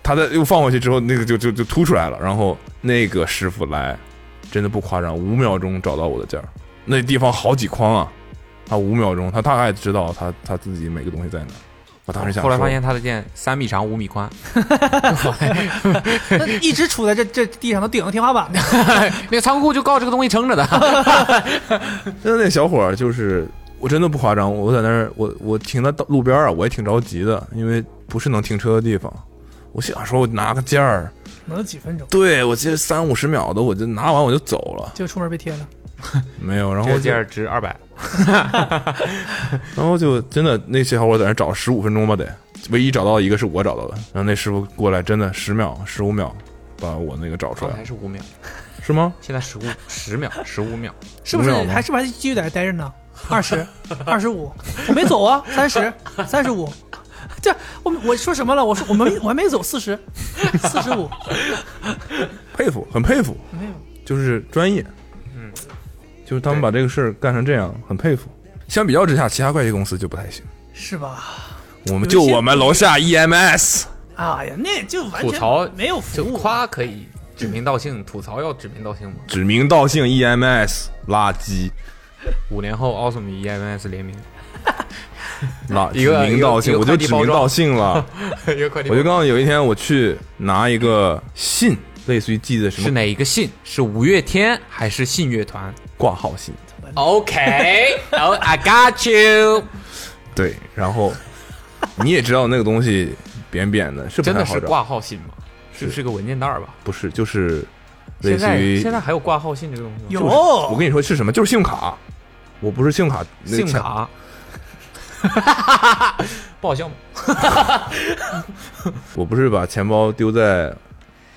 S1: 他再又放回去之后，那个就就就凸出来了。然后那个师傅来，真的不夸张，五秒钟找到我的件儿，那地方好几筐啊。他五秒钟，他大概知道他他自己每个东西在哪儿。我当时想说，
S3: 后来发现他的剑三米长五米宽，
S2: 那一直杵在这这地上，都顶到天花板。
S3: 那个仓库就靠这个东西撑着的。
S1: 真的那小伙儿就是，我真的不夸张，我在那儿，我我停在道路边儿啊，我也挺着急的，因为不是能停车的地方。我想说，我拿个件儿，
S2: 能有几分钟
S1: 对我这三五十秒的，我就拿完我就走了，
S2: 就出门被贴了。
S1: 没有。然
S3: 这
S1: 后就
S3: 个剑儿值二百，
S1: 然后就真的那些小伙儿在那儿找十五分钟吧得，唯一找到一个是我找到的。然后那师傅过来，真的十秒、十五秒把我那个找出
S3: 刚
S1: 来
S3: 才，是五秒，
S1: 是吗？
S3: 现在十五十秒十五秒，
S2: 是不是
S1: 五秒吗
S2: 还是不是还继续在这待着呢？二十、二十五，我没走啊，三十、三十五，这我我说什么了？我说我没我还没走，四十、四十五，
S1: 佩服，很佩服，
S2: 没有。
S1: 就是专业，
S3: 嗯，
S1: 就是他们把这个事儿干成这样，很佩服。相比较之下，其他会计公司就不太行。
S2: 是吧？
S1: 我们
S2: 有
S1: 就
S2: 一些
S1: 我们楼下 E EMS，
S2: 哎呀，那就完全
S3: 吐槽
S2: 没有服
S3: 就
S2: 务，啊
S3: 夸可以指名道姓，吐槽要指名道姓吗？
S1: 指名道姓 EMS，垃圾，
S3: 五年后，Awesome 与 EMS E 联名，
S1: 垃
S3: 一个
S1: 指名道
S3: 一
S1: 姓，
S3: 个
S1: 我就指名道姓了。
S3: 一个快递
S1: 我就刚刚有一天我去拿一个信，类似于寄的什
S3: 是
S1: 么
S3: 哪一个信？是五月天还是信乐团
S1: 挂号信，
S3: ？OK，哦、i got you，
S1: 对，然后你也知道那个东西扁扁的，是不
S3: 真
S1: 太
S3: 的
S1: 好
S3: 是
S1: 找，
S3: 挂号信吗？是不是个文件袋儿吧？
S1: 不是就是类似
S3: 现在
S1: 于
S3: 现在还有挂号信这个东西吗？
S2: 有
S1: 就是我跟你说是什么，就是信用卡，我不是信用卡，那
S3: 信
S1: 个
S3: 用
S1: 抢
S3: 卡， 不好笑吗？
S1: 我不是把钱包丢在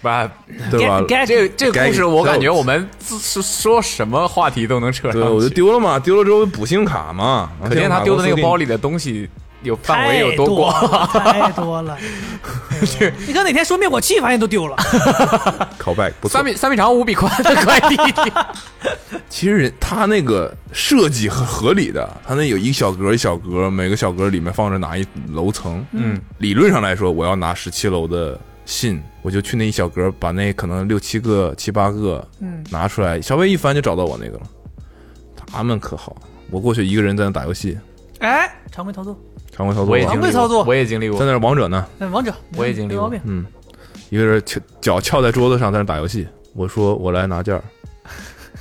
S3: 不是，
S1: 对吧？
S2: get
S3: 哎这这个故事
S1: Get it
S3: 我感觉我们自是说什么话题都能扯上
S1: 对，
S3: 去。
S1: 呃我就，丢了嘛，丢了之后补信用卡嘛。
S3: 可见他丢的那个包
S1: 里，
S3: 里的东西有范围
S2: 太
S3: 有
S2: 多
S3: 广。
S2: 了，太多 了。哎呦你看哪天说灭火器，发现都丢了。
S1: 拷贝不错
S3: 三。米三米长五米宽的快 递，
S1: 其实人他那个设计很合理的，他那有一小格一小格，每个小格里面放着哪一楼层。
S3: 嗯，
S1: 理论上来说，我要拿十七楼的信，我就去那一小格，把那可能六七个、七八个
S2: 嗯，
S1: 拿出来，稍微一翻就找到我那个了。他们可好，我过去一个人在那打游戏，
S2: 哎，常规操作，
S1: 常规操作
S3: 我也
S1: 嘛
S3: 经
S2: 常
S3: 历
S2: 规操
S3: 过，
S2: 作
S3: 我也经历
S1: 在
S3: 过。
S1: 那儿王者呢。
S2: 那王者
S3: 我也经历
S2: 没
S3: 过
S2: 毛病。
S1: 嗯，一个人翘脚翘在桌子上在那打游戏。我说我来拿件儿，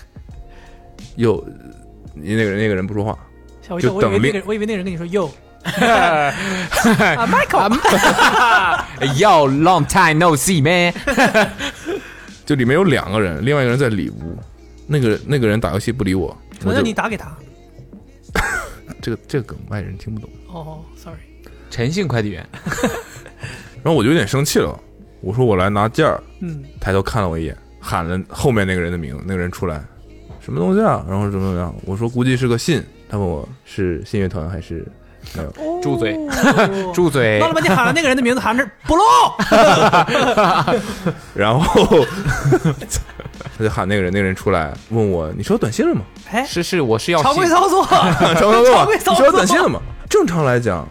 S1: 哟，你那个人那个人不说话，
S2: 吓我一跳，
S1: 就
S2: 我以为
S1: 等
S2: 那
S1: 另
S2: 个，我以为那个人跟你说 哟啊
S3: 哎
S2: ，Michael，
S3: 要 long time no see man，
S1: 就里面有两个人，另外一个人在里屋，那个那个人打游戏不理我，我
S2: 可能
S1: 就
S2: 让你打给他。
S1: 这个这个梗外人听不懂，
S2: 哦，sorry，
S3: 诚信快递员，
S2: 哦
S1: 然后我就有点生气了，我说我来拿件儿，
S2: 嗯，
S1: 抬头看了我一眼，喊了后面那个人的名，那个人出来，什么东西啊？然后怎么怎么样？我说估计是个信，他问我是信乐团还是没有，
S3: 住嘴
S2: 哦
S3: 住嘴
S2: 闹！了半天喊了那个人的名字，喊着 不露，
S1: 然后他就喊那个人，那个人出来问我：“你收到短信了 吗
S2: 哎，
S3: 是是，我是要
S2: 常规
S3: 信
S2: 操作，？”
S1: 收到了
S2: 常
S1: 吗？
S2: 规
S1: 你
S2: 操
S1: 收
S2: 作
S1: 到短信了吗？正常来讲，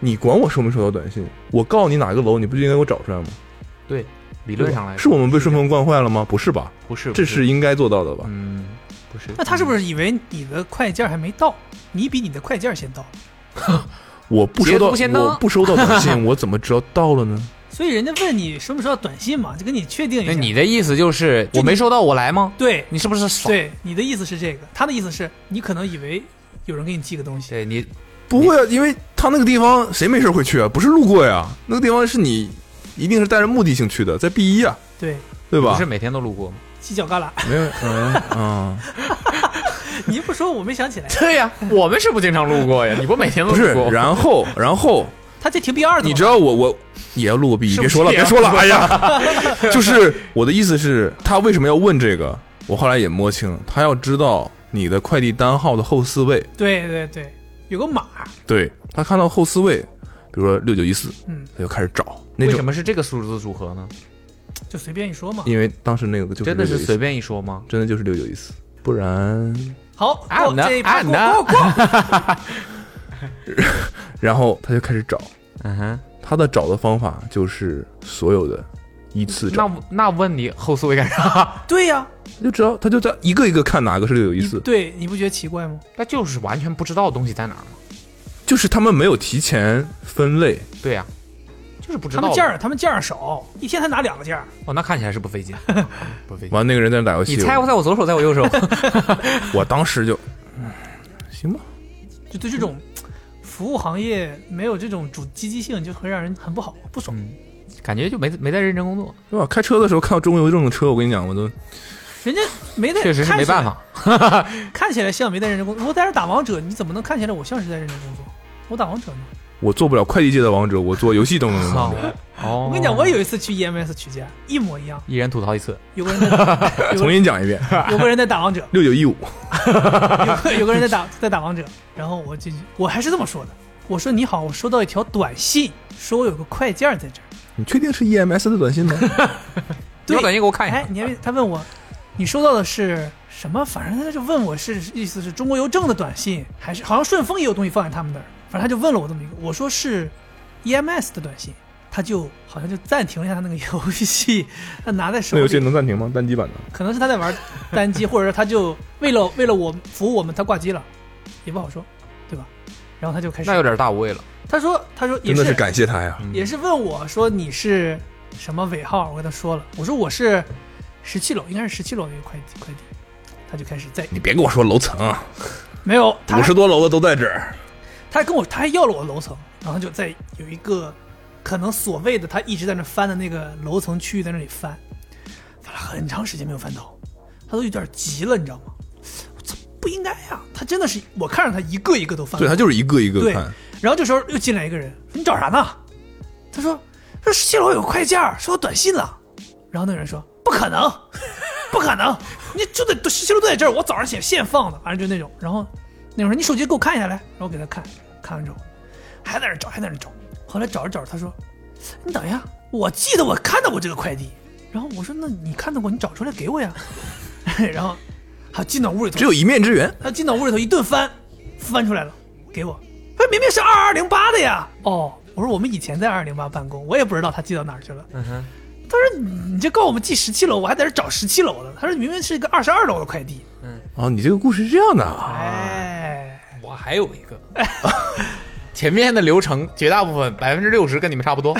S1: 你管我收没收到短信？我告诉你哪个楼，你不就应该给我找出来吗？
S3: 对，理论上来说
S1: 是我们被顺丰惯坏了吗？不是吧？
S3: 不是，
S1: 这
S3: 不
S1: 是应该做到的吧？
S3: 嗯，不是。
S2: 那他是不是以为你的快件还没到，你比你的快件先到，
S1: 我不收
S3: 捷
S1: 到，
S3: 足先登
S1: 我不收到短 信，我怎么知道到了呢？
S2: 所以人家问你什么时候要短信嘛，就跟你确定一下。
S3: 嗯那你的意思就是
S2: 就你
S3: 我没收到，我来吗？
S2: 对
S3: 你是不是爽？
S2: 对你的意思是这个，他的意思是你可能以为有人给你寄个东西，
S3: 对你
S1: 不会啊，因为他那个地方谁没事会去啊？不是路过呀，那个地方是你一定是带着目的性去的，在 B 一啊，
S2: 对，
S1: 对
S3: 不
S1: 吧
S3: 是？每天都路过吗？
S2: 犄角旮旯，
S1: 没有，嗯嗯。
S2: 你不说我没想起来，
S3: 对呀，我们是不经常路 过呀，你不每天都
S1: 不是
S3: 路过？，
S1: 然后，然后
S2: 他这停 B 二的，
S1: 你知道我我也要录个 B，
S3: 是
S1: 别
S3: 不是
S1: 说了，
S3: 也
S1: 别
S3: 要
S1: 说了，哎呀，就是我的意思是，他为什么要问这个？我后来也摸清，他要知道你的快递单号的后四位，
S2: 对对对，有个码，
S1: 对他看到后四位，比如说六九一四，
S2: 嗯，
S1: 他就开始找那
S3: 为
S1: 种
S3: 什，么是这个数字组合呢？
S2: 就随便一说嘛。
S1: 因为当时那个就是
S3: 真的是
S1: 691
S3: 随，便一说吗？
S1: 真的就是六九一四，不然，
S2: 好，
S3: 啊
S2: 过
S3: 那
S2: 这一
S3: 啊
S2: 趴过
S3: 那
S2: 过 过，
S1: 然后他就开始找，
S3: 嗯哼，
S1: 他的找的方法就是所有的依次找，
S3: 那那问你后四位干啥？
S2: 对呀，
S1: 他就知道他就在一个一个看哪个是六九一
S2: 你
S1: 四，
S2: 对，你不觉得奇怪吗？
S3: 那就是完全不知道东西在哪儿吗？
S1: 就是他们没有提前分类。
S3: 对呀，就是不知
S2: 他
S3: 道。
S2: 们件儿，他们件儿少，一天才拿两个件儿，
S3: 哦，那看起来是不费劲， 不费劲。
S1: 完，那个人在那打游戏，
S3: 你猜我
S1: 我
S3: 在我左手，在我右手，
S1: 我当时就，嗯，行吧，
S2: 就对这种
S3: 嗯
S2: 服务行业没有这种主积极性，就会让人很不好不
S3: 嗯
S2: 爽。
S3: 感觉就没没在认真工作，
S1: 对吧？开车的时候看到中国邮政的车，我跟你讲，我都
S2: 人家没在，
S3: 确实是
S2: 看
S3: 没
S2: 起来
S3: 办，法。
S2: 看起来像没在认真工作。我在这打王者，你怎么能看起来我像是在认真工作？我打王者呢。
S1: 我做不了快递界的王者，我做游戏都能王者。
S3: 哦，
S2: 我跟你讲，我有一次去 EMS 取件，一模一样，
S3: 一人吐槽一次，
S2: 有个人在， 有
S1: 重
S2: 个
S1: 新讲一遍，
S2: 有个人在打王者，
S1: 六九一五，
S2: 有个有个人在打在打王者，然后我进去，我还是这么说的，我说你好，我收到一条短信，说我有个快件在这儿。
S1: 你确定是 EMS 的短 信吗？
S3: 你
S2: 对
S3: 把短信给我看一
S2: 哎
S3: 下，。
S2: 你还他问我，你收到的是什么？反正他就问我是意思是中国邮政的短信，还是好像顺丰也有东西放在他们那儿。反正他就问了我这么一个，我说是 EMS 的短信，他就好像就暂停了一下他那个 游戏，他拿在手
S1: 那游戏
S2: 里，
S1: 能暂停吗？单机版的？
S2: 可能是他在玩单机，或者说他就为了为了我服务我们，他挂机了，也不好说，对吧？然后他就开始
S3: 那，有点大无畏了。嗯
S2: 他说他说也
S1: 真的是感谢他呀！
S2: 也是问我说你是什么尾号，我跟他说了，我说我是十七楼，应该是十七楼那个快递快递，他就开始在
S1: 你别跟我说楼层啊，
S2: 没有，他
S1: 五十多楼的都在这儿。
S2: 他还跟我他还要了我楼层，然后就在有一个可能所谓的他一直在那翻的那个楼层区域在那里翻，翻了很长时间没有翻到，他都有点急了，你知道吗？我操，不应该呀、他真的是我看着他一个一个都翻
S1: 对
S2: 过，
S1: 他就是一个一个
S2: 啊对
S1: 看，
S2: 然后这时候又进来一个人，说你找啥呢？他说说十七楼有快件儿，说我短信了。然后那个人说不可能， 不可能，你就得十七楼都在这儿，我早上现现放的，反正就那种。然后那会儿说你手机给我看一下来，然后我给他看，看完之后还在那儿找，还在那儿找。后来找着找着，他说你等一下，我记得我看到过这个快递。然后我说那你看到过，你找出来给我呀。然后他进到屋里头，
S1: 只有一面之缘。
S2: 他进到屋里头一顿翻，翻出来了，给我。哎，明明是二二零八的呀！哦，我说我们以前在二二零八办公，我也不知道他寄到哪儿去了。
S3: 嗯
S2: 他说你你这告我们寄十七楼，我还在这找十七楼的。他说明明是一个二十二楼的快递。
S1: 哦，你这个故事是这样的啊？
S2: 哎，
S3: 我还有一 个，前面的流程绝大部分百分之六十跟你们差 不多。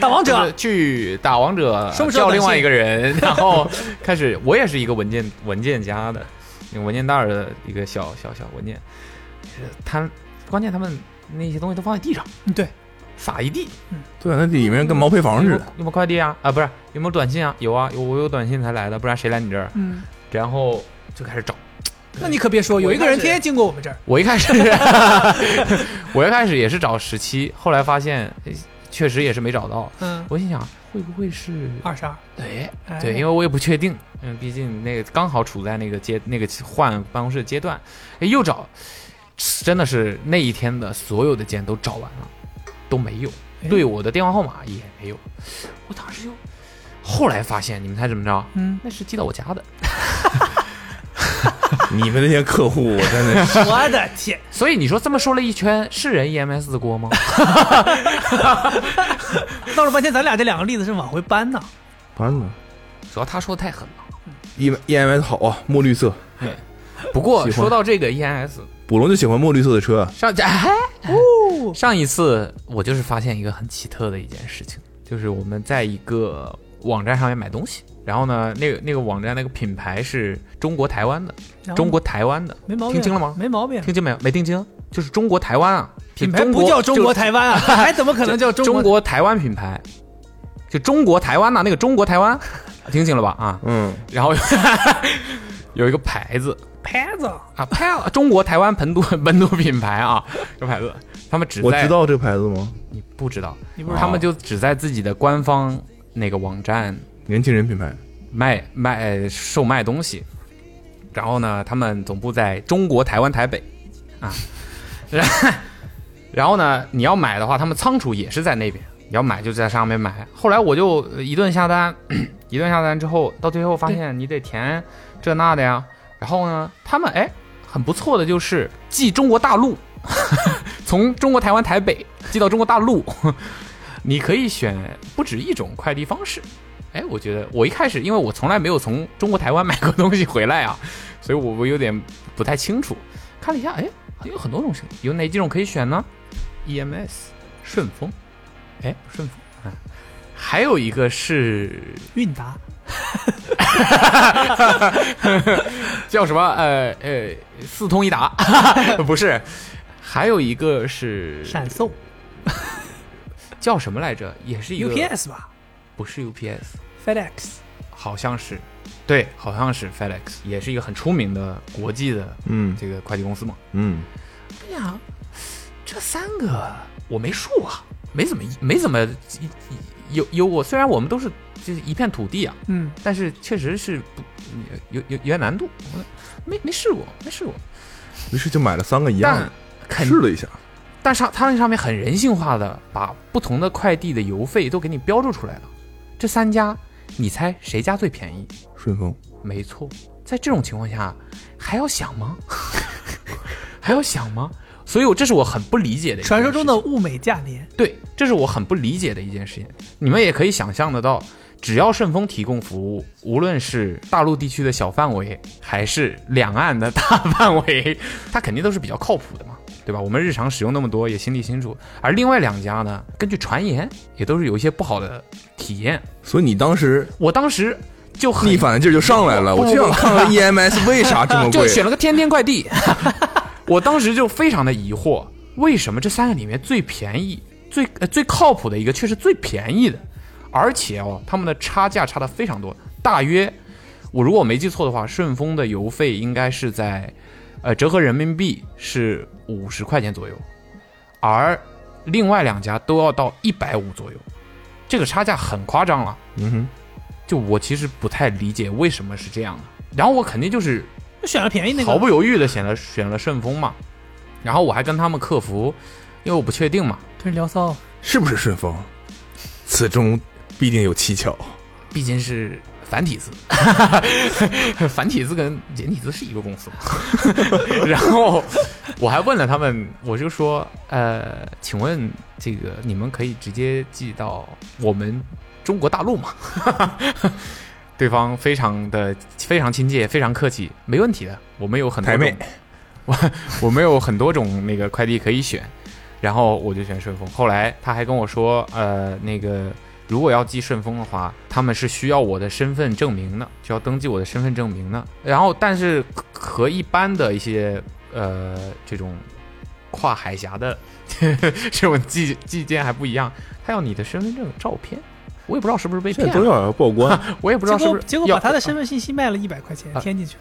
S2: 大王
S3: 就是
S2: 者，
S3: 去打王者
S2: 收不收
S3: 叫
S2: 短信
S3: 另外一个 人，然后开始我也是一个文件文件夹的，那个文件袋儿的一个小小小文件，呃他关键他们那些东西都放在地上
S2: 嗯对，
S3: 撒一地，
S1: 对，那里面跟毛坯房
S3: 有没
S1: 似
S3: 有
S1: 的。
S3: 有没有快递啊？啊，不是有没有短信啊？有啊，有我有短信才来的，不然谁来你这儿？
S2: 嗯，
S3: 然后就开始找。
S2: 那你可别说，有一个人天天经过我们这儿，
S3: 我一开始，我一开始也是找十七，后来发现诶确实也是没找到。
S2: 嗯，
S3: 我心想会不会是
S2: 二十二，
S3: 对
S2: 哎
S3: 对，因为我也不确定，嗯，毕竟那个刚好处在那个阶那个换办公室的阶段，哎又找，真的是那一天的所有的件都找完了，都没有，
S2: 哎
S3: 对，我的电话号码也没有，我当时就，后来发现，你们猜怎么着？
S2: 嗯，
S3: 那是寄到我家的，
S1: 你们那些客户，我真的 是
S2: 我的天，
S3: 所以你说这么说了一圈，是人 EMS 的锅吗？
S2: 闹了半天，咱俩这两个例子是往回搬呢。
S1: 完了。
S3: 主要他说的太狠了。
S1: E E M S 好啊，墨绿色，
S3: 不过
S1: 喜欢
S3: 说到这个 EMS，
S1: 捕龙就喜欢墨绿色的车。啊
S3: 上哎家。
S2: 哦，
S3: 上一次我就是发现一个很奇特的一件事情，就是我们在一个网站上面买东西，然后呢，那个那个网站那个品牌是中国台湾的，
S2: 然后
S3: 中国台湾的，
S2: 没毛病，
S3: 听清了吗
S2: 没毛病，
S3: 听清没有？没听清，就是中国台湾啊，
S2: 品牌
S3: 就
S2: 不叫中国
S3: 就
S2: 台 湾啊，还怎么可能叫
S3: 中
S2: 中国
S3: 国台湾品牌，就中国台湾呐、啊那个中国台湾， 听清了吧？啊，
S1: 嗯，
S3: 然后 有一个牌子
S2: 牌子？
S3: 啊，拍了中国台湾本土本土品牌啊，这牌子，他们只
S1: 我
S3: 在
S1: 知道这个牌子吗？
S3: 你不知道。
S2: 你不是
S3: 他们就只在自己的官方那个网站
S1: 年轻人品牌。
S3: 卖卖售卖东西，然后呢，他们总部在中国台湾台北啊，然然后呢，你要买的话，他们仓储也是在那边，你要买就在上面买。后来我就呃一顿下单， 一顿下单之后，到最后发现你得填这那的呀，然后呢，他们哎很不错的就是寄中国大陆， 从中国台湾台北寄到中国大陆。 你可以选不止一种快递方式，哎，我觉得我一开始因为我从来没有从中国台湾买过东西回来啊， 所以我我有点不太清楚。看了一下，哎，有很多种选，有哪几种可以选呢？EMS、顺丰，哎，不是顺丰，啊，还有一个是
S2: 韵达，
S3: 叫什么？呃呃，四通一达， 不是，还有一个是
S2: 闪送
S3: 叫什么来着？也是一个
S2: ，UPS 吧
S3: 不是 UPS，
S2: ，FedEx，
S3: 好像是，对，好像是 FedEx，也是一个很出名的国际的
S1: 嗯
S3: 这个快递公司嘛。
S1: 嗯，
S3: 对呀、这三个我没数啊，没怎么没怎么有有我，虽然我们都是就是一片土地啊，
S2: 嗯，
S3: 但是确实是不有有有点难度，没没试过，没试过，
S1: 于是就买了三个一样
S3: 但
S1: 的，
S3: 肯
S1: 试了一下。
S3: 但上它那上面很人性化的把不同的快递的邮费都给你标注出来了，这三家你猜谁家最便宜？
S1: 顺丰，
S3: 没错，在这种情况下还要想吗？ 还要想吗？所以我，这是我很不理解的一件
S2: 传说中的
S3: 事情
S2: 物美价廉，
S3: 对，这是我很不理解的一件事情。你们也可以想象得到，只要顺丰提供服务，无论是大陆地区的小范围，还是两岸的大范围，它肯定都是比较靠谱的嘛，对吧？我们日常使用那么多，也心里清楚。而另外两家呢，根据传言，也都是有一些不好的体验。
S1: 所以你当时
S3: 我当时就很
S1: 逆反的劲儿就上来了，
S3: 不
S1: 我就想看 看 EMS 为啥这么
S3: 就
S1: 贵。
S3: 选了个天天快递。 我当时就非常的疑惑，为什么这三个里面最便宜、最呃最靠谱的一个却是最便宜的？而且哦，他们的差价差的非常多，大约我如果没记错的话，顺丰的邮费应该是在呃折合人民币是五十块钱左右，而另外两家都要到一百五左右，这个差价很夸张了。
S1: 嗯哼，
S3: 就我其实不太理解为什么是这样的，然后我肯定就是
S2: 就选了便宜那
S3: 毫
S2: 个，
S3: 不犹豫的选了选了顺丰嘛，然后我还跟他们客服，因为我不确定嘛，
S2: 真是聊骚。
S1: 是不是顺丰？此中必定有蹊跷。
S3: 毕竟是繁体字， 繁体字跟简体字是一个公司嘛。 然后我还问了他们，我就说，呃，请问这个你们可以直接寄到我们中国大陆吗？ 对方非常的非常亲切，非常客气，没问题的，我们有很多
S1: 台妹
S3: 种，我我们有很多种那个快递可以选。然后我就选顺丰。后来他还跟我说，呃，那个如果要寄顺丰的话，他们是需要我的身份证明的，就要登记我的身份证明的。然后，但是和一般的一些呃这种跨海峡的这种寄寄件还不一样，他要你的身份证照片。我也不知道是不是被
S1: 现
S3: 骗
S1: 在多
S3: 了，
S1: 少要报关
S3: 我也不
S2: 结
S3: 知道是不
S2: 果
S3: 是
S2: 结果
S3: 要
S2: 把他的身份信息卖了一百块钱
S3: 啊
S2: 添进去，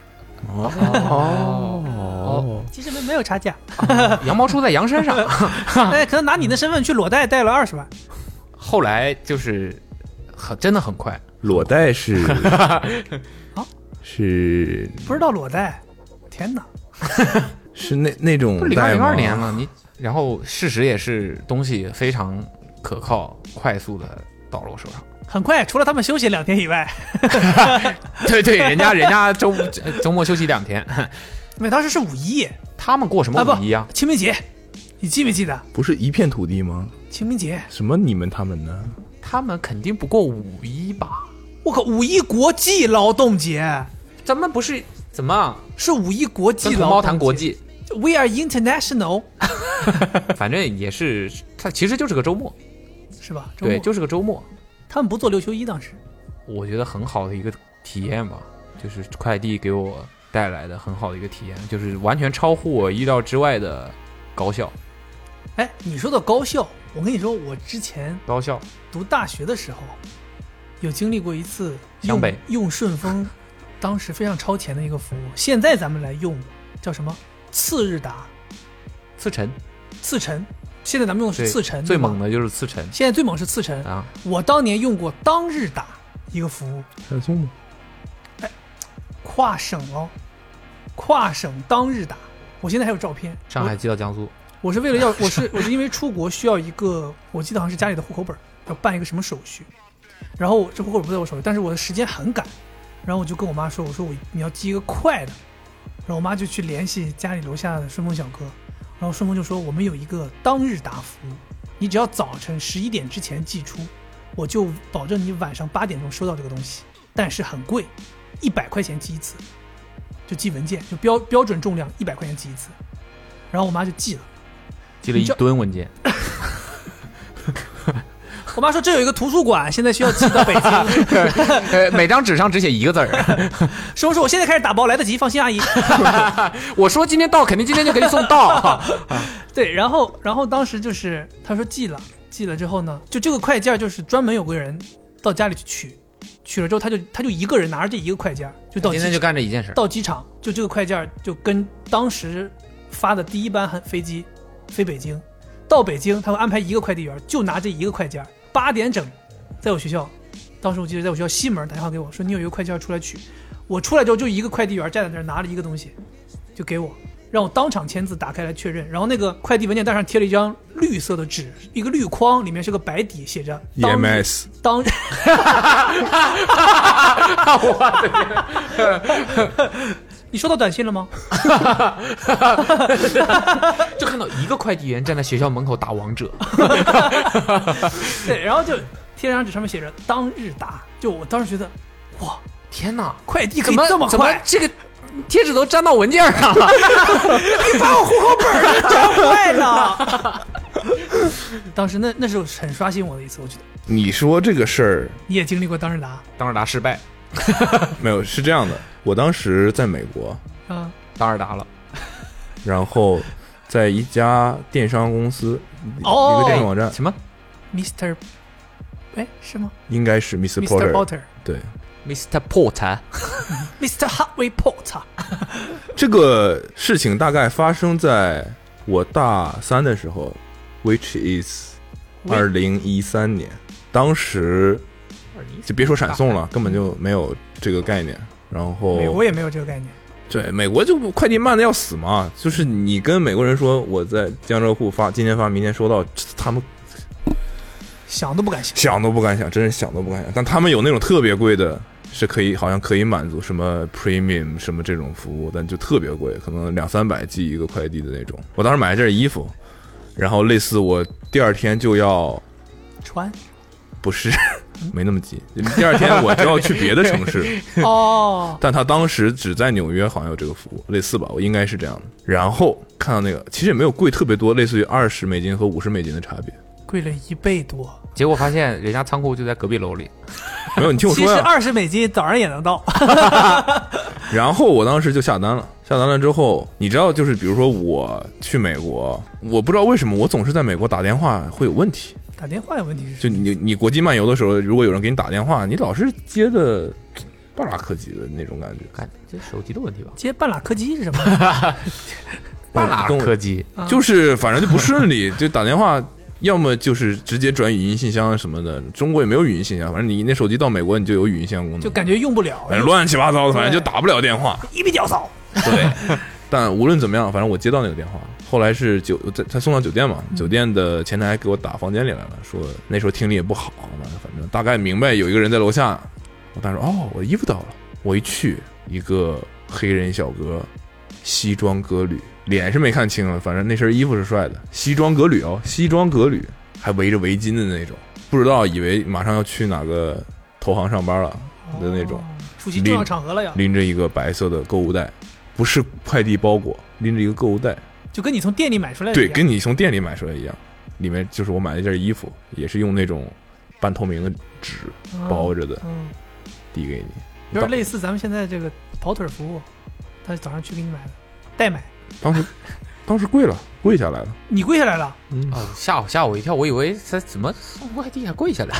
S1: 哦
S2: 其实没没有差 价，
S3: 羊毛出在羊身上。
S2: 哎，可能拿你的身份去裸贷贷了二十万，
S3: 后来就是很真的很快，
S1: 裸贷 是
S2: 啊，
S1: 是
S2: 不知道裸贷，天哪！
S1: 是那那
S3: 不
S1: 种
S3: 是零二
S1: 贷
S3: 零
S1: 吗
S3: 二年了，你然后事实也是东西非常可靠、快速的到了我 手上。
S2: 很快，除了他们休息两天以外，
S3: 对对，人家人家周呃周末休息两天，
S2: 没，当时是五一
S3: 他们过什么
S2: 啊不
S3: 五一啊？
S2: 清明节，你记没记得
S1: 不是一片土地吗？
S2: 清明节？
S1: 什么你们他们呢？
S3: 他们肯定不过五一吧？
S2: 我靠，五一国际劳动节
S3: 咱们不是怎么啊
S2: 是五一国际
S3: 跟
S2: 劳动
S3: 同胞
S2: 节
S3: 谈国际？
S2: ，We are international，
S3: 反正也是，它其实就是个周末，
S2: 是吧？周
S3: 对，
S2: 末
S3: 就是个 周末。
S2: 他们不做六休一，当时
S3: 我觉得很好的一个体验吧，就是快递给我带来的很好的一个体验，就是完全超乎我意料之外的高效，
S2: 哎，你说的高校，我跟你说，我之前
S3: 高效。
S2: 读大学的时候，有经历过一次
S3: 湘
S2: 用
S3: 北
S2: 用顺丰， 当时非常超前的一个服务。现在咱们来用叫什么？次日达、
S3: 次晨，
S2: 次晨。现在咱们用的是
S3: 对
S2: 次晨，
S3: 最
S2: 对吧
S3: 猛。的就是次晨
S2: 现在最猛是次晨。
S3: 啊！
S2: 我当年用过当日达一个服务，
S1: 闪送吗？
S2: 跨省哦，跨省当日达。我现在还有照片。
S3: 上海寄到江苏，
S2: 我是为了要，我是我是因为出国需要一个，我记得好像是家里的户口本儿，要办一个什么手续，然后这户口本不在我手里，但是我的时间很赶，然后我就跟我妈说，我说我你要寄一个快的，然后我妈就去联系家里楼下的顺丰小哥，然后顺丰就说我们有一个当日达服务，你只要早晨十一点之前寄出，我就保证你晚上八点钟收到这个东西，但是很贵，一百块钱寄一次，就寄文件，就标标准重量一百块钱寄一次，然后我妈就寄了。
S3: 寄了一
S2: 你这
S3: 吨文件，
S2: 我妈说这有一个图书馆，现在需要寄到北 京。
S3: 呃，每张纸上只写一个字儿。
S2: 师傅说我现在开始打包，来得及，放心，阿姨。
S3: 我说今天到，肯定今天就可以送到。
S2: 对，然后然后当时就是她说寄了，寄了之后呢，就这个快件儿就是专门有个人到家里去取，取了之后他就他就一个人拿着这一个快件儿就 到
S3: 今
S2: 机
S3: 天就
S2: 场，
S3: 干这一件事儿，
S2: 到机场就这个快件儿就跟当时发的第一班航飞机飞北京，到北京他会安排一个快递员，就拿这一个快件儿，八点整在我学校，当时我记得在我学校西门打电话给我说你有一个快件儿出来取，我出来之后就一个快递员站在那儿拿着一个东西，就给我，让我当场签字打开来确认，然后那个快递文件袋上贴了一张绿色的纸，一个绿框，里面是个白底，写着
S1: E
S2: 当日
S1: EMS
S2: 当日。你收到短信了 吗？
S3: 就看到一个快递员站在学校门口打王者，
S2: 对，然后就贴了张纸，上面写着“当日达”，就我当时觉得，哇，
S3: 天哪！
S2: 快递可
S3: 怎
S2: 以
S3: 么
S2: 这么
S3: 怎么
S2: 快，
S3: 这个贴纸都粘到文件上了，
S2: 你把我户口本儿给整坏了。 当时那那时候很刷新我的一次，我觉得
S1: 你说这个事儿
S2: 你也经历过当日达
S3: 当时达失败，
S1: 没有是这样的，我当时在美国，
S2: 啊，
S3: 当时达了。
S1: 然后在一家电商公司，
S2: 哦
S1: 一个电商网站，
S3: 什么
S2: Mr. 哎是吗
S1: 应该是 Mr.
S2: ？Mr.
S1: Porter。
S2: Potter。
S1: 对，
S3: ？Mr. Porter，
S2: Mr. Harvey Potter，
S1: 这个事情大概发生在我大三的时候，which is 二零一三年，当时就别说闪送了，根本就没有这个概念。然后
S2: 啊美国也没有这个概念。
S1: 对美国就快递慢的要死嘛，就是你跟美国人说我在江浙沪发，今天发，明天收到，他们
S2: 想都不敢想。
S1: 想都不敢想，真是想都不敢想。但他们有那种特别贵的，是可以好像可以满足什么 premium 什么这种服务，但就特别贵，可能两三百寄一个快递的那种。我当时买了件衣服，然后类似我第二天就要
S2: 穿
S1: 不是 没那么急，第二天我就要去别的城 市，
S2: 哦，
S1: 但他当时只在纽约好像有这个服务，类似吧，我应该是这样的。然后看到那个其实也没有贵特别多，类似于二十美金和五十美金的差别。
S2: 贵了一倍多。
S3: 结果发现人家仓库就在隔壁楼里，
S1: 没有，你听我
S2: 其
S1: 说
S2: 实
S1: 呀、
S2: 二十美金早上也能到。
S1: 然后我当时就下单了，下单了之后，你知道，就是比如说我去美国，我不知道为什么我总是在美国打电话会有问题。
S2: 打电话有问题？
S1: 就是你你国际漫游的时候，如果有人给你打电话，你老是接的半拉客气的那种感觉。
S3: 看这手机的问题吧？
S2: 接半拉柯基是什么？
S3: 半拉
S1: 跟我
S3: 柯基，
S2: 啊
S1: 就是反正就不顺利， 就打电话，要么就是直接转语音信箱什么的。中国也没有语音信箱，反正你那手机到美国你就有语音信箱功能，
S2: 就感觉用 不了，
S1: 反正乱七八糟的，反正就
S2: 对
S1: 打不了电话。
S2: 一笔屌扫。
S1: 对，但无论怎么样，反正我接到那个电话，后来是酒在他送到酒店嘛，酒店的前台给我打房间里来了，说那时候听力也不好嘛，反正大概明白有一个人在楼下，我当时哦，我的衣服到了，我一去，一个黑人小哥，西装革履，脸是没看清了，反正那身衣服是帅的，西装革履哦，西装革履，还围着围巾的那种，不知道以为马上要去哪个投行上班了的那种。
S2: 哦，出席重要场合了呀，
S1: 拎着一个白色的购物袋，不是快递包裹，拎着一个购物袋，
S2: 就跟你从店里买出来的一
S1: 对，
S2: 样
S1: 跟你从店里买出来一样。里面就是我买了一件衣服，也是用那种半透明的纸包，着的，
S2: 嗯，嗯
S1: 递给你。
S2: 有点类似咱们现在这个跑腿服务，他早上去给你买的，代买。
S1: 当时，当时跪了，跪下来了。
S2: 你跪下来了，
S1: 嗯，
S3: 哦，吓我吓我一跳，我以为他怎么送快递还跪下来，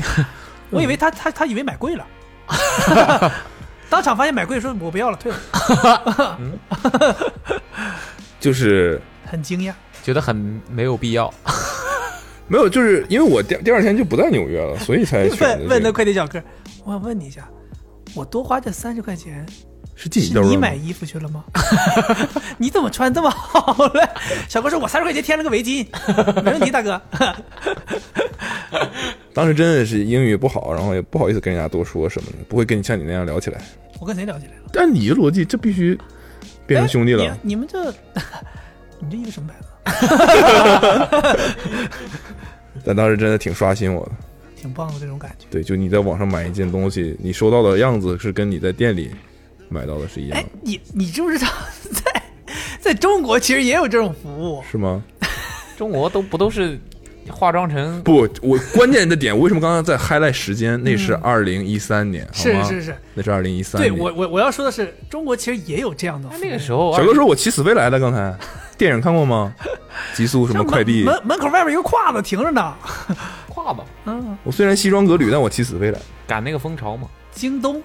S2: 我
S1: 嗯
S2: 以为他他他以为买 贵了，当场发现买贵，说我不要了，退了，
S1: 就是
S2: 很惊讶。
S3: 觉得很没有必要。
S1: 没有，就是因为我第第二天就不在纽约了，所以才选择
S2: 问问
S1: 这
S2: 那
S1: 个
S2: 快递小哥，我想问你一下，我多花这三十块钱，
S1: 是自己
S2: 是
S1: 兜儿
S2: 你
S1: 吗
S2: 买衣服去了吗？ 你怎么穿这么好 嘞？小哥说，我三十块钱添了个围巾，没问题，大哥。
S1: 当时真的是英语不好，然后也不好意思跟人家多说什么的，不会跟你像你那样聊起来。
S2: 我跟谁聊起来了？
S1: 但你的逻辑，这必须变成兄弟了
S2: 哎。你你们这， 你这衣服什么牌子？
S1: 但当时真的挺刷新我的。
S2: 挺棒的这种感觉。
S1: 对，就你在网上买一件东西，你收到的样子是跟你在店里买到的是一样
S2: 哎
S1: 的，，
S2: 你你知不知道，在在中国其实也有这种服务？
S1: 是吗？
S3: 中国都不都是化妆成
S1: 不，我关键的点，我为什么刚刚在 highlight 时间？那是二零一三年，
S2: 嗯是
S1: 好吗
S2: 是是，
S1: 那是二零一三
S2: 对
S1: 年。
S2: 我我我要说的是，中国其实也有这样的服务。
S3: 那个时候
S1: 小哥说我骑死飞来的，刚 才电影看过吗？极速什
S2: 像
S1: 么快递？
S2: 门门门口外面一个胯子停着呢。
S3: 胯吧，
S2: 嗯，
S1: 我虽然西装革履，但我骑死飞来。
S3: 赶那个风潮嘛。
S2: 京东，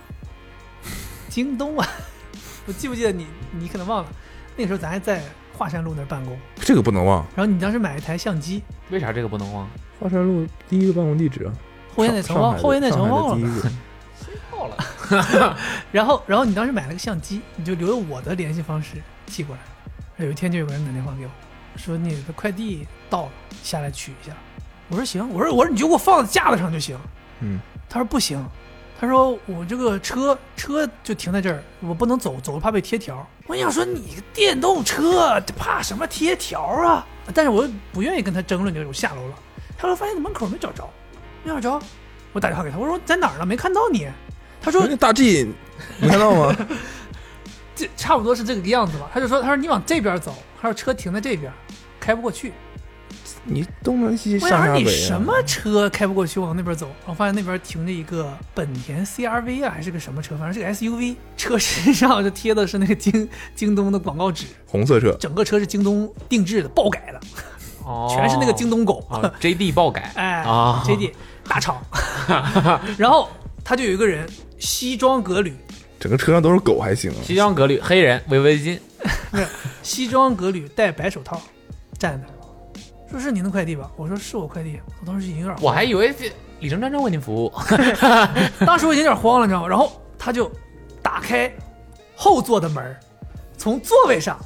S2: 京东啊， 我记不记得你？你可能忘了，那时候咱还在华山路那儿办公，
S1: 这个不能忘，
S2: 然后你当时买了一台相机，
S3: 为啥这个不能忘？
S1: 华山路第一个办公地址啊，
S2: 后现代城
S1: 上
S2: 忘，
S1: 海的
S2: 后现代城忘
S1: 上海
S2: 了。
S1: 的第一 个
S3: 到了，
S2: 然后然后你当时买了个相机，你就留了我的联系方式寄过来。有一天就有个人打电话给我，说那个快递到了，下来取一下。我说行，我说我说你就给我放在架子上就行。
S1: 嗯，
S2: 他说不行，他说我这个车车就停在这儿，我不能走，走了怕被贴条。我想说你个电动车怕什么贴条啊？但是我又不愿意跟他争论这个，我下楼了。下楼发现门口没找着，没找着，我打电话 给他，我说在哪儿呢？没看到你。他说
S1: 那大 G，你看到吗？
S2: 这差不多是这个样子吧。他就说，他说你往这边走，他说车停在这边，开不过去。
S1: 你东南西上
S2: 我想
S1: 下
S2: 说
S1: 北、
S2: 你
S1: 啊，
S2: 什么车开不过去，往那边走，我发现那边停着一个本田 CRV 啊，还是个什么车，反正是个 SUV，车身上就贴的是那个京京东的广告纸，
S1: 红色车？
S2: 整个车是京东定制的，爆改的，
S3: 哦
S2: 全是那个京东狗。
S3: 哦 JD 爆改
S2: 哎
S1: 哦
S3: 啊
S2: ，JD 大厂， 然后他就有一个人西装革履，
S1: 整个车上都是狗还行啊。
S3: 西装革履，黑人围围巾，
S2: 没有西装革履，戴白手套，站那儿，说是您的快递吧？我说是我快递，我当时已经有点
S3: 我还以为这李正专专为您服务。
S2: 当时我已经有点慌了，你知道吗？然后他就打开后座的门儿，从座位上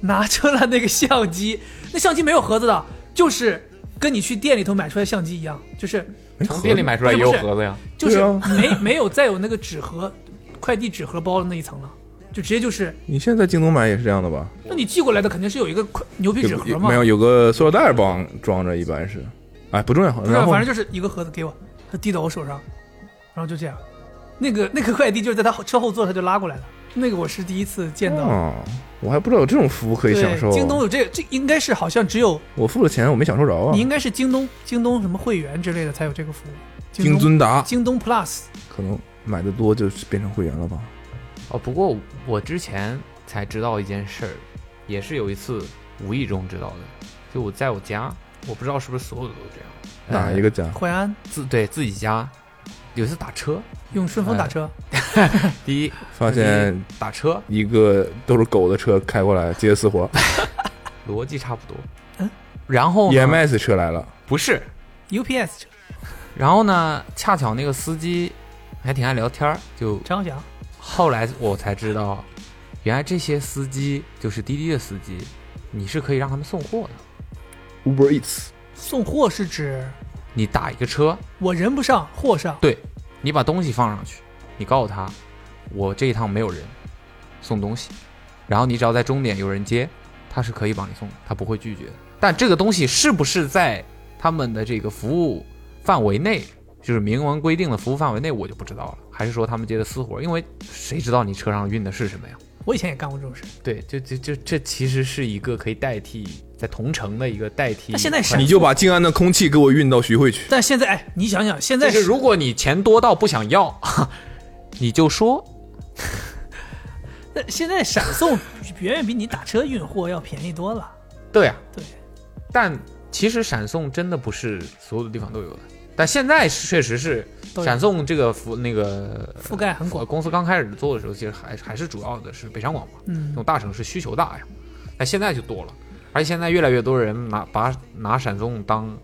S2: 拿出了那个相机。那相机没有盒子的，就是跟你去店里头买出来的相机一样，就是
S1: 哎
S3: 从店里买出来也有盒子呀，
S2: 哎就是
S1: 对啊
S2: 没、没有再有那个纸盒、快递纸盒包的那一层了，就直接就是，
S1: 你现在在京东买也是这样的吧？
S2: 那你寄过来的肯定是有一个快牛皮纸
S1: 有
S2: 盒
S1: 有
S2: 嘛
S1: 没，有有个塑料袋儿帮装着，一般是。哎，不重要。
S2: 不是，
S1: 然后
S2: 反正就是一个盒子给我，他递到我手上，然后就这样，那个那个快递就是在他后车后座他就拉过来了，那个我是第一次见到。
S1: 哦，我还不知道有这种服务可以
S2: 对，
S1: 享受。哦
S2: 京东有这个，这应该是好像只有
S1: 我付了钱，我没享受着啊
S2: 你。应该是京东京东什么会员之类的才有这个服务。
S1: 京
S2: 东
S1: 尊达
S2: 京东 Plus
S1: 可能买的多就变成会员了吧？
S3: 哦，不过我之前才知道一件事儿，也是有一次无意中知道的，就我在我家，我不知道是不是所有的都这样。
S1: 哪一
S3: 个
S1: 个家？
S2: 淮安
S3: 自对自己家，有一次打车，
S2: 用顺
S1: 哎
S2: 丰打车，
S3: 第一
S1: 发现
S3: 打车
S1: 一个都是狗的车开过来接私活
S3: 逻辑差不多，
S2: 嗯，
S3: 然后呢
S1: ，EMS E 车来了，
S3: 不是，
S2: UPS 车，
S3: 然后呢，恰巧那个司机还挺爱聊天儿，就
S2: 张翔
S3: 后来我才知道，原来这些司机就是滴滴的司机，你是可以让他们送货的。
S1: Uber Eats
S2: 送货是指
S3: 你打一个车，
S2: 我人不上货上，
S3: 对你把东西放上去，你告诉他，我这一趟没有人送东西，然后你只要在终点有人接，他是可以帮你送的，他不会拒绝的。但这个东西是不是在他们的这个服务范围内，就是明文规定的服务范围内，我就不知道了。还是说他们接的私活？因为谁知道你车上运的是什么呀？
S2: 我以前也干过这种事，
S3: 对，就就就这其实是一个可以代替在同城的一个代替。
S2: 那现在是
S1: 你就把静安的空气给我运到徐汇去。
S2: 但现在哎，你想想现在
S3: 但是
S2: 是
S3: 如果你钱多到不想 要，你就说
S2: 那现在闪送远远比你打车运货要便宜多了，
S3: 对啊。
S2: 对，
S3: 但其实闪送真的不是所有的地方都有的，但现在是确实是
S2: 都有
S3: 闪送这个服那个
S2: 覆盖很广，
S3: 公司刚开始做的时候，其实还还是主要的是北上广嘛，这
S2: 嗯，
S3: 种大城市需求大呀。但现在就多了，而且现在越来越多人拿把拿闪送当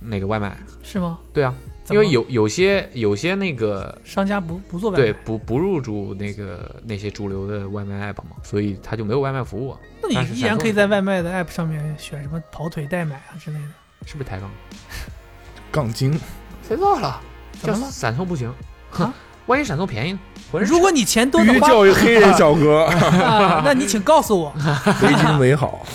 S3: 那个外卖，
S2: 是吗？
S3: 对啊，
S2: 怎
S3: 因
S2: 么
S3: 为有有些有些那个
S2: 商家不不做外卖，
S3: 对不不入驻那个那些主流的外卖 app 嘛，所以它就没有外卖服务啊。
S2: 那
S3: 但是
S2: 你依然
S3: 闪送
S2: 可以在外卖的 app 上面选什么跑腿代买啊之类的，
S3: 是不是抬杠？
S1: 杠精，
S3: 谁知道了？
S2: 怎么了
S3: 闪送不行，哼
S2: 啊，
S3: 万一闪送便宜呢？浑身
S2: 如果你钱多
S1: 必
S2: 的
S1: 须
S2: 话，
S1: 叫一黑人小 哥，
S2: 啊，那你请告诉我，
S1: 围巾围好，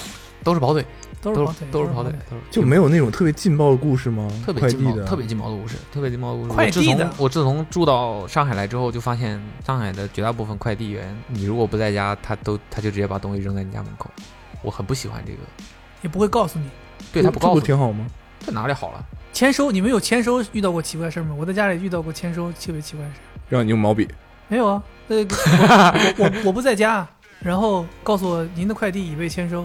S3: 都是跑腿，
S2: 都是
S3: 都
S2: 跑
S3: 是
S2: 腿，
S3: 都是跑
S2: 跑
S3: 腿，都是
S1: 就没有那种特别劲爆的故事吗？
S3: 特别
S1: 快
S3: 劲
S1: 递
S3: 爆
S1: 的，啊
S3: 特别劲爆的故事，特别劲爆的故事。
S2: 快
S3: 我自
S2: 递
S3: 从
S2: 的
S3: 我自从住到上海来之后，就发现上海的绝大部分快递员，你如果不在家，他都他就直接把东西扔在你家门口。我很不喜欢这个，
S2: 也不会告诉你。
S3: 对他不
S1: 这
S3: 告诉
S1: 不
S3: 你，
S1: 挺好吗？
S3: 这哪里好了？
S2: 签收，你们有签收遇到过奇怪事儿吗？我在家里遇到过签收特别奇怪的事儿，
S1: 让你用毛笔，
S2: 没有啊。那个我我我不在家，啊然后告诉我您的快递已被签收，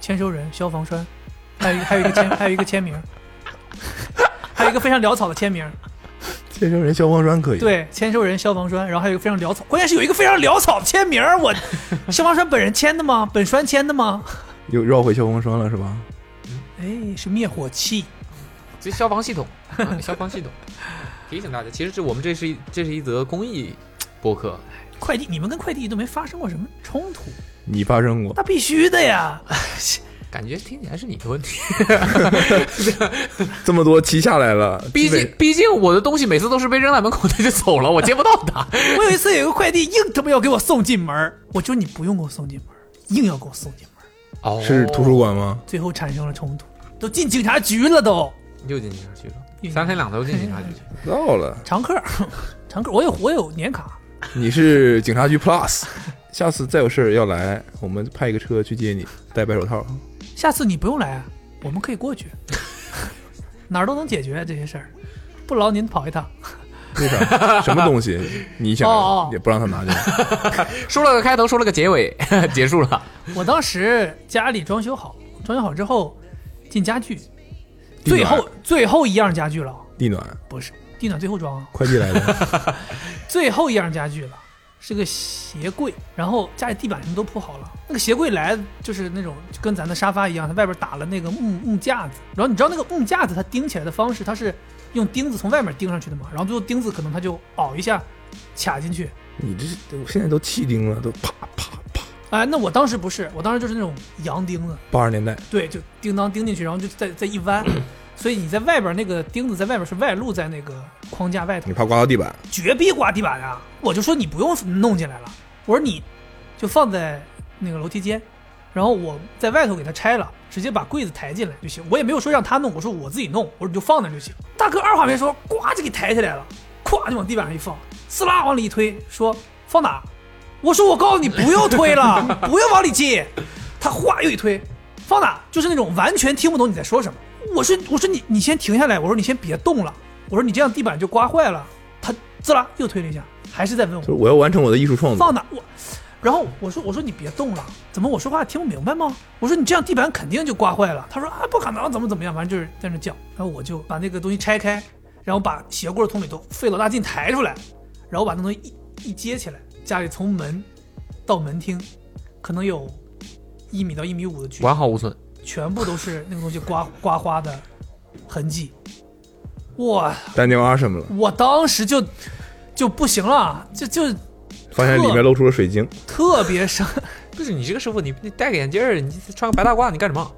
S2: 签收人消防栓，还有还有一个签还有一个签名， 还有一个非常潦草的签名，
S1: 健身人消防栓可以。，
S2: 对，签收人消防栓，然后还有一个非常潦草，关键是有一个非常潦草的签名儿，我消防栓本人签的吗？本栓签的吗？
S1: 又绕回消防栓了是吧？
S2: 哎，是灭火器，
S3: 这消防系统，啊消防系统，提醒大家，其实这我们这是一这是一则公益播客，
S2: 快递，你们跟快递都没发生过什么冲突。
S1: 你发生过
S2: 那必须的呀！
S3: 感觉听起来是你的问题。
S1: 这么多期下来了，
S3: 毕
S1: 基本
S3: 竟毕竟我的东西每次都是被扔在门口他就走了，我接不到他。
S2: 我有一次有个快递硬他妈要给我送进门儿，我说你不用给我送进门儿，硬要给我送进门儿，
S3: 哦
S1: 是图书馆吗？
S2: 最后产生了冲突，都进警察局了都。
S3: 又进警察局了，
S2: 又
S3: 三天两头进警察局。
S1: 到了，
S2: 常客，常客，我有我有年卡，
S1: 你是警察局 Plus，下次再有事儿要来，我们派一个车去接你，戴白手 套。
S2: 下次你不用来啊，我们可以过去， 哪儿都能解决这些事儿，不劳您跑一趟。
S1: 为啥？什么东西？你想
S2: 哦哦
S1: 也不让他拿去？
S3: 说了个开头，说了个结尾， 结束了。
S2: 我当时家里装修好，装修好之后进家具，
S1: 地
S2: 最
S1: 暖
S2: 后最后一样家具了，
S1: 地暖
S2: 不是地暖最后装啊，
S1: 快递来的，
S2: 最后一样家具了，是个鞋柜，然后家里地板什么都铺好了。那个鞋柜来就是那种就跟咱的沙发一样，它外边打了那个木木架子，然后你知道那个木架子它钉起来的方式，它是用钉子从外面钉上去的嘛，然后最后钉子可能它就凹一下卡进去。
S1: 你这我现在都气钉了，都啪啪啪。
S2: 哎，那我当时不是，我当时就是那种洋钉子，
S1: 八十年代，
S2: 对，就叮当钉进去，然后就再再一弯，所以你在外边那个钉子在外边是外露在那个框架外头
S1: 你，怕刮到地板，
S2: 绝逼刮地板啊！我就说你不用弄进来了，我说你就放在那个楼梯间，然后我在外头给它拆了，直接把柜子抬进来就行。我也没有说让他弄，我说我自己弄，我说你就放那就行。大哥二话没说，呱就给抬起来了，咵就往地板上一放，撕拉往里一推，说放哪？我说我告诉你不用推 了，不用往里进。他哗又一推，放哪？就是那种完全听不懂你在说什么。我说我说你你先停下来，我说你先别动了，我说你这样地板就刮坏了。他滋啦又推了一下，还是在问我
S1: 就是我要完成我的艺术创作
S2: 放。哪我。然后我说我说你别动了，怎么我说话听不明白吗？我说你这样地板肯定就刮坏了。他说啊不可能，怎么怎么样，反正就是在那叫。然后我就把那个东西拆开，然后把鞋柜从里头费老大劲抬出来，然后把那东西一一接起来，家里从门到门厅可能有一米到一米五的距离，
S3: 完好无损。
S2: 全部都是那个东西刮刮花的痕迹。哇！
S1: 丹尼尔什么了？
S2: 我当时就就不行了，就就
S1: 发现里面露出了水晶，
S2: 特别生
S3: 不是你这个师傅，你你戴个眼镜儿，你穿个白大褂，你干什么？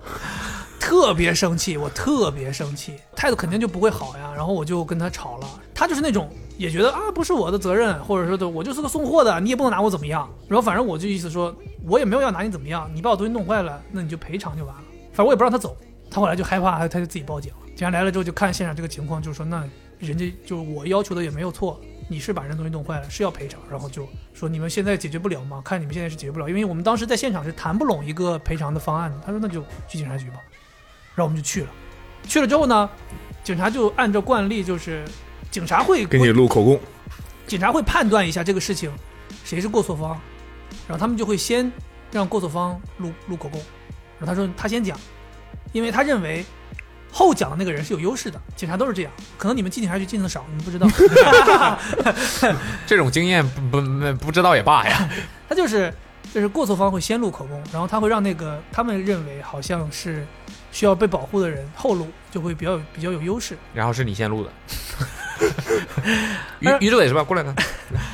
S2: 特别生气，我特别生气，态度肯定就不会好呀。然后我就跟他吵了，他就是那种也觉得啊不是我的责任，或者说的我就是个送货的，你也不能拿我怎么样。然后反正我就意思说，我也没有要拿你怎么样，你把我东西弄坏了，那你就赔偿就完了。反正我也不让他走，他后来就害怕，他他就自己报警了。警察来了之后就看现场这个情况，就是说那人家就是我要求的也没有错。你是把人东西弄坏了，是要赔偿，然后就说你们现在解决不了吗？看你们现在是解决不了，因为我们当时在现场是谈不拢一个赔偿的方案的。他说那就去警察局吧。然后我们就去了。去了之后呢，警察就按照惯例，就是警察会
S1: 给你录口供。
S2: 警察会判断一下这个事情谁是过错方，然后他们就会先让过错方录录口供，然后他说他先讲，因为他认为后讲的那个人是有优势的。警察都是这样，可能你们进警察局进的少，你们不 知道。
S3: 这种经验不不不知道也罢呀。
S2: 他就是就是过错方会先录口供，然后他会让那个他们认为好像是需要被保护的人后录，就会比较有比较有优势。
S3: 然后是你先 录的，
S2: 但是
S3: 于于志伟是吧？过来 看，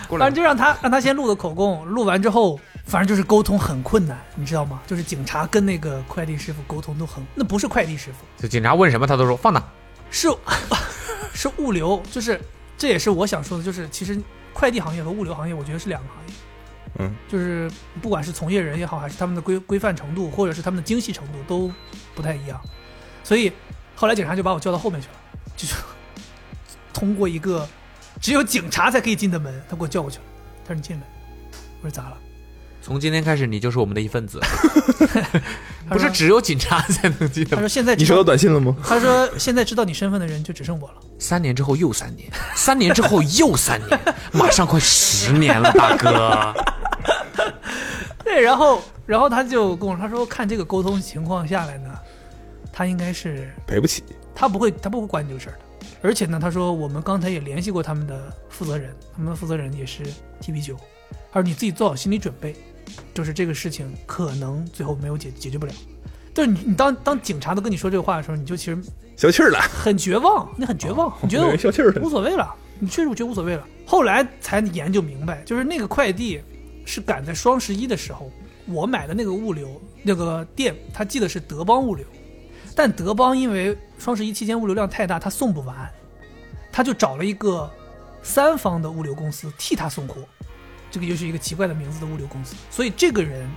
S3: 过
S2: 反
S3: 来
S2: 正。就让他让他先录的口供，录完之后，反正就是沟通很困难，你知道吗？就是警察跟那个快递师傅沟通都很，那不是快递师傅，
S3: 就警察问什么，他都说放哪。
S2: 是 是物流，就是这也是我想说的，就是其实快递行业和物流行业，我觉得是两个行业。
S1: 嗯，
S2: 就是不管是从业人也好，还是他们的规规范程度，或者是他们的精细程度，都不太一样。所以后来警察就把我叫到后面去了，就是通过一个只有警察才可以进的门，他给我叫过去了。他说你进来，我说咋了？
S3: 从今天开始，你就是我们的一份 子。
S2: 他
S3: 不
S2: 说
S3: 是只有警察才能进
S2: 他
S3: 的吗。
S2: 说现在
S1: 你
S2: 知
S1: 收到
S2: 道，
S1: 短信了吗？
S2: 他说现在知道你身份的人就只剩我了。
S3: 三年之后又三年，三年之后又三年，马上快十年了，大哥。
S2: 对，然后然后他就跟我说，他说看这个沟通情况下来呢，他应该是
S1: 赔不起。
S2: 他不会他不会管你这个事儿的。而且呢，他说我们刚才也联系过他们的负责人，他们的负责人也是 TP 九，他说你自己做好心理准备，就是这个事情可能最后没有解解决不了。就是你你当当警察都跟你说这个话的时候，你就其实
S1: 消气儿了，
S2: 很绝望，你很绝望，你觉得
S1: 我以
S2: 我
S1: 为哦消气儿
S2: 无
S1: 了？
S2: 所谓了，你确实觉得无所谓了。后来才研究明白，就是那个快递是赶在双十一的时候，我买的那个物流那个店，他寄的是德邦物流，但德邦因为双十一期间物流量太大，他送不完，他就找了一个三方的物流公司替他送货，这个又是一个奇怪的名字的物流公司。所以这个人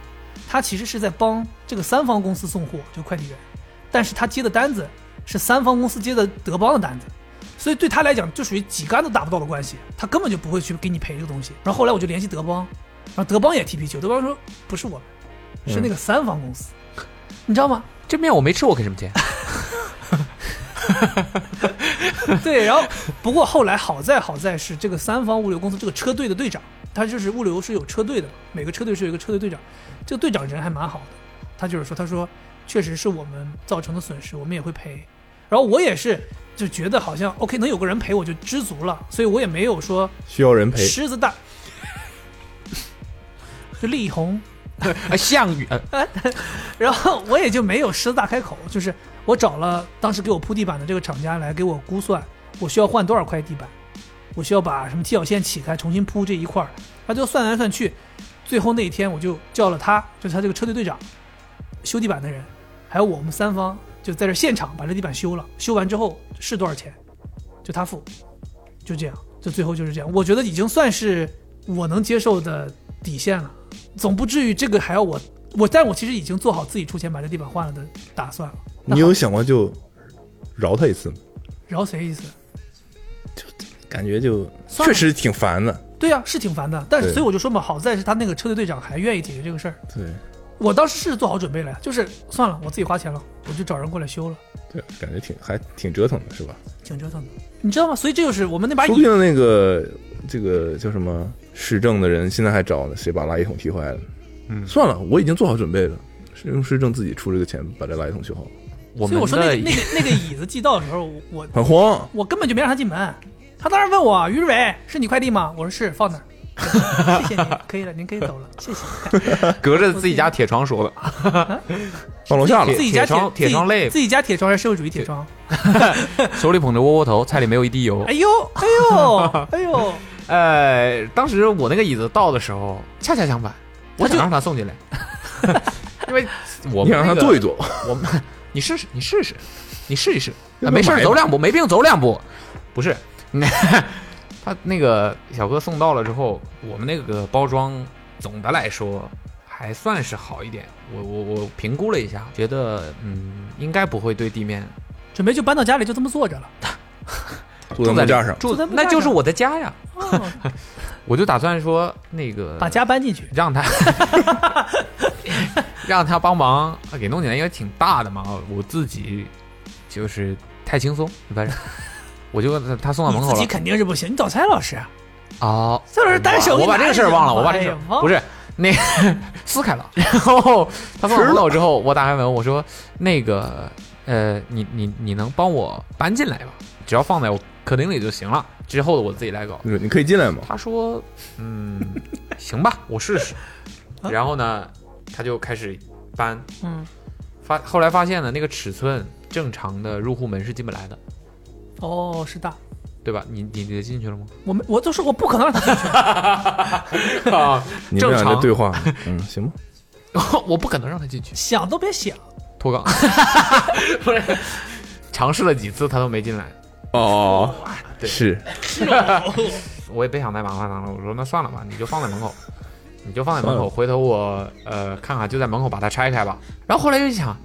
S2: 他其实是在帮这个三方公司送货，就快递员，但是他接的单子是三方公司接的德邦的单子。所以对他来讲就属于几竿子打不到的关系，他根本就不会去给你赔这个东西。然后后来我就联系德邦，然后德邦也踢皮球，德邦说不是我们，是那个三方公司，你知道吗？
S3: 这面我没吃，我给什么钱？
S2: 对，然后不过后来好在好在是这个三方物流公司这个车队的队长，他就是物流是有车队的，每个车队是有一个车队队长，这个队长人还蛮好的，他就是说他说确实是我们造成的损失，我们也会赔，然后我也是就觉得好像 OK 能有个人赔我就知足了，所以我也没有说
S1: 需要人陪。
S2: 狮子大，就力宏，
S3: 啊，项羽，呃
S2: 然后我也就没有狮子大开口，就是我找了当时给我铺地板的这个厂家来给我估算，我需要换多少块地板，我需要把什么踢脚线起开，重新铺这一块儿。他就算来算去，最后那一天我就叫了他，就是他这个车队队长，修地板的人，还有我们三方就在这现场把这地板修了。修完之后是多少钱，就他付，就这样，就最后就是这样。我觉得已经算是我能接受的底线了，总不至于这个还要我我，但我其实已经做好自己出钱把这地板换了的打算了。
S1: 你有想过就饶他一次吗？
S2: 饶谁一次？
S1: 感觉就
S2: 算
S1: 确
S2: 了
S1: 实挺烦的。
S2: 对呀、是挺烦的，但是
S1: 对
S2: 所以我就说嘛，好在是他那个车队队长还愿意解决这个事儿。
S1: 对
S2: 我当时是做好准备了，就是算了，我自己花钱了，我就找人过来修了，
S1: 对，感觉挺还挺折腾的，是吧？
S2: 挺折腾的，你知道吗？所以这就是我们那
S3: 哎
S2: 把
S1: 说不
S2: 椅，
S1: 定那个这个叫什么市政的人，现在还找呢，谁把垃圾桶踢坏了？
S3: 嗯
S1: 算了，我已经做好准备了，是用市政自己出这个钱把这垃圾桶修好，
S3: 我
S2: 所以
S3: 们
S2: 我说那个
S3: 的
S2: 那个那个椅子寄到的时候，我我
S1: 很慌。
S2: 我根本就没让他进门，他当时问我于伟是你快递吗？我说是，放哪儿？ 谢谢您，可以了，您可以走了，谢谢。
S3: 隔着自己家铁窗说的，
S1: 放楼下了
S2: 自，己家
S3: 铁窗
S2: 铁
S3: 铁窗类
S2: 自己自己家铁窗还是社会主义铁窗。
S3: 手里捧着窝窝头，菜里没有一滴油
S2: 哎。呦，哎 呦，哎呦，
S3: 呃，当时我那个椅子到的时候，恰恰相反，我想让他送进来， 因为 我
S1: 你
S3: 们
S1: 想让他
S3: 那个
S1: 坐一坐，
S3: 我们 你试试，你试试，你试一试，
S1: 那
S3: 啊、没事
S1: 买
S3: 儿，
S1: 吧
S3: 走两步，没病走两步，不是， 他那个小哥送到了之后，我们那个包装总的来说还算是好一点，我我我评估了一下，觉得嗯应该不会对地面
S2: 准备就搬到家里，就这么坐着了。
S1: 坐在木架上。
S3: 住
S2: 坐在木架
S3: 那
S2: 上
S3: 就是我的家呀，
S2: 哦
S3: 我就打算说那个
S2: 把家搬进去，
S3: 让他 让他帮忙给弄进来，因为挺大的嘛，我自己就是太轻松，反正我就他他送到门
S2: 你
S3: 口
S2: 自
S3: 了
S2: 己肯定是不行。你找蔡老师啊，
S3: 哦，
S2: 蔡老师单手
S3: 我把
S2: 给
S3: 这个
S2: 拿
S3: 事儿
S2: 着
S3: 忘了，
S2: 呢
S3: 我把这个事
S2: 哎呀
S3: 儿
S2: 忘
S3: 不是那个撕开了，然后他送到门口之后，我打开门，我说那个呃，你你你能帮我搬进来吗？只要放在我客厅里就行了，之后的我自己来搞。
S1: 你说你可以进来吗？
S3: 他说：“嗯，行 吧，我试试。”然后呢，他就开始搬，
S2: 嗯，
S3: 发后来发现呢，那个尺寸正常的入户门是进不来的，
S2: 哦，是大。
S3: 对吧？你你你进去了吗？
S2: 我们我 就说我不可能让他
S3: 啊，
S1: 你们
S3: 正
S1: 俩
S3: 常
S1: 这对话，嗯，行吧。
S3: 我不可能让他进去，
S2: 想都别想，
S3: 脱 岗，不是，尝试了几次他都没进来，
S1: 哦，是
S3: 我也别想再麻烦他了。我说那算了吧，你就放在门 口，你就放在门
S1: 算
S3: 口，
S1: 了
S3: 回头我呃看看就在门口把它拆开吧。然后后来就想，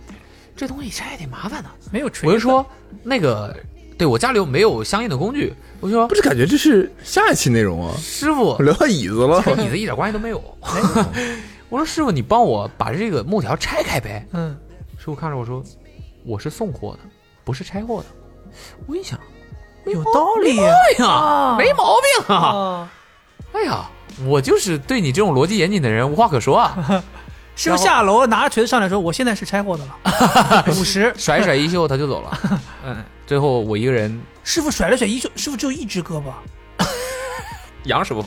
S3: 这东西拆也挺麻烦的，
S2: 没有锤。
S3: 我就，说那个，对我家里又没有相应的工具，我就说
S1: 不是感觉这是下一期内容啊？
S3: 师傅
S1: 我，聊到椅子了，
S3: 跟椅子一点关系都没有。 我说师傅，你帮我把这个木条拆开呗。
S2: 嗯，
S3: 师傅看着我说，我是送货的，不是拆货的。我一想，
S2: 有道理
S3: 哎呀，
S2: 啊
S3: 没毛病啊！
S2: 啊，
S3: 哎呀，我就是对你这种逻辑严谨的人无话可说啊！
S2: 是不是下楼拿着锤子上来说我现在是拆货的了？ 五十，
S3: 甩甩衣袖他就走了。嗯，最后我一个人
S2: 师傅甩了甩衣袖，师傅只有一只胳膊，
S3: 杨师傅，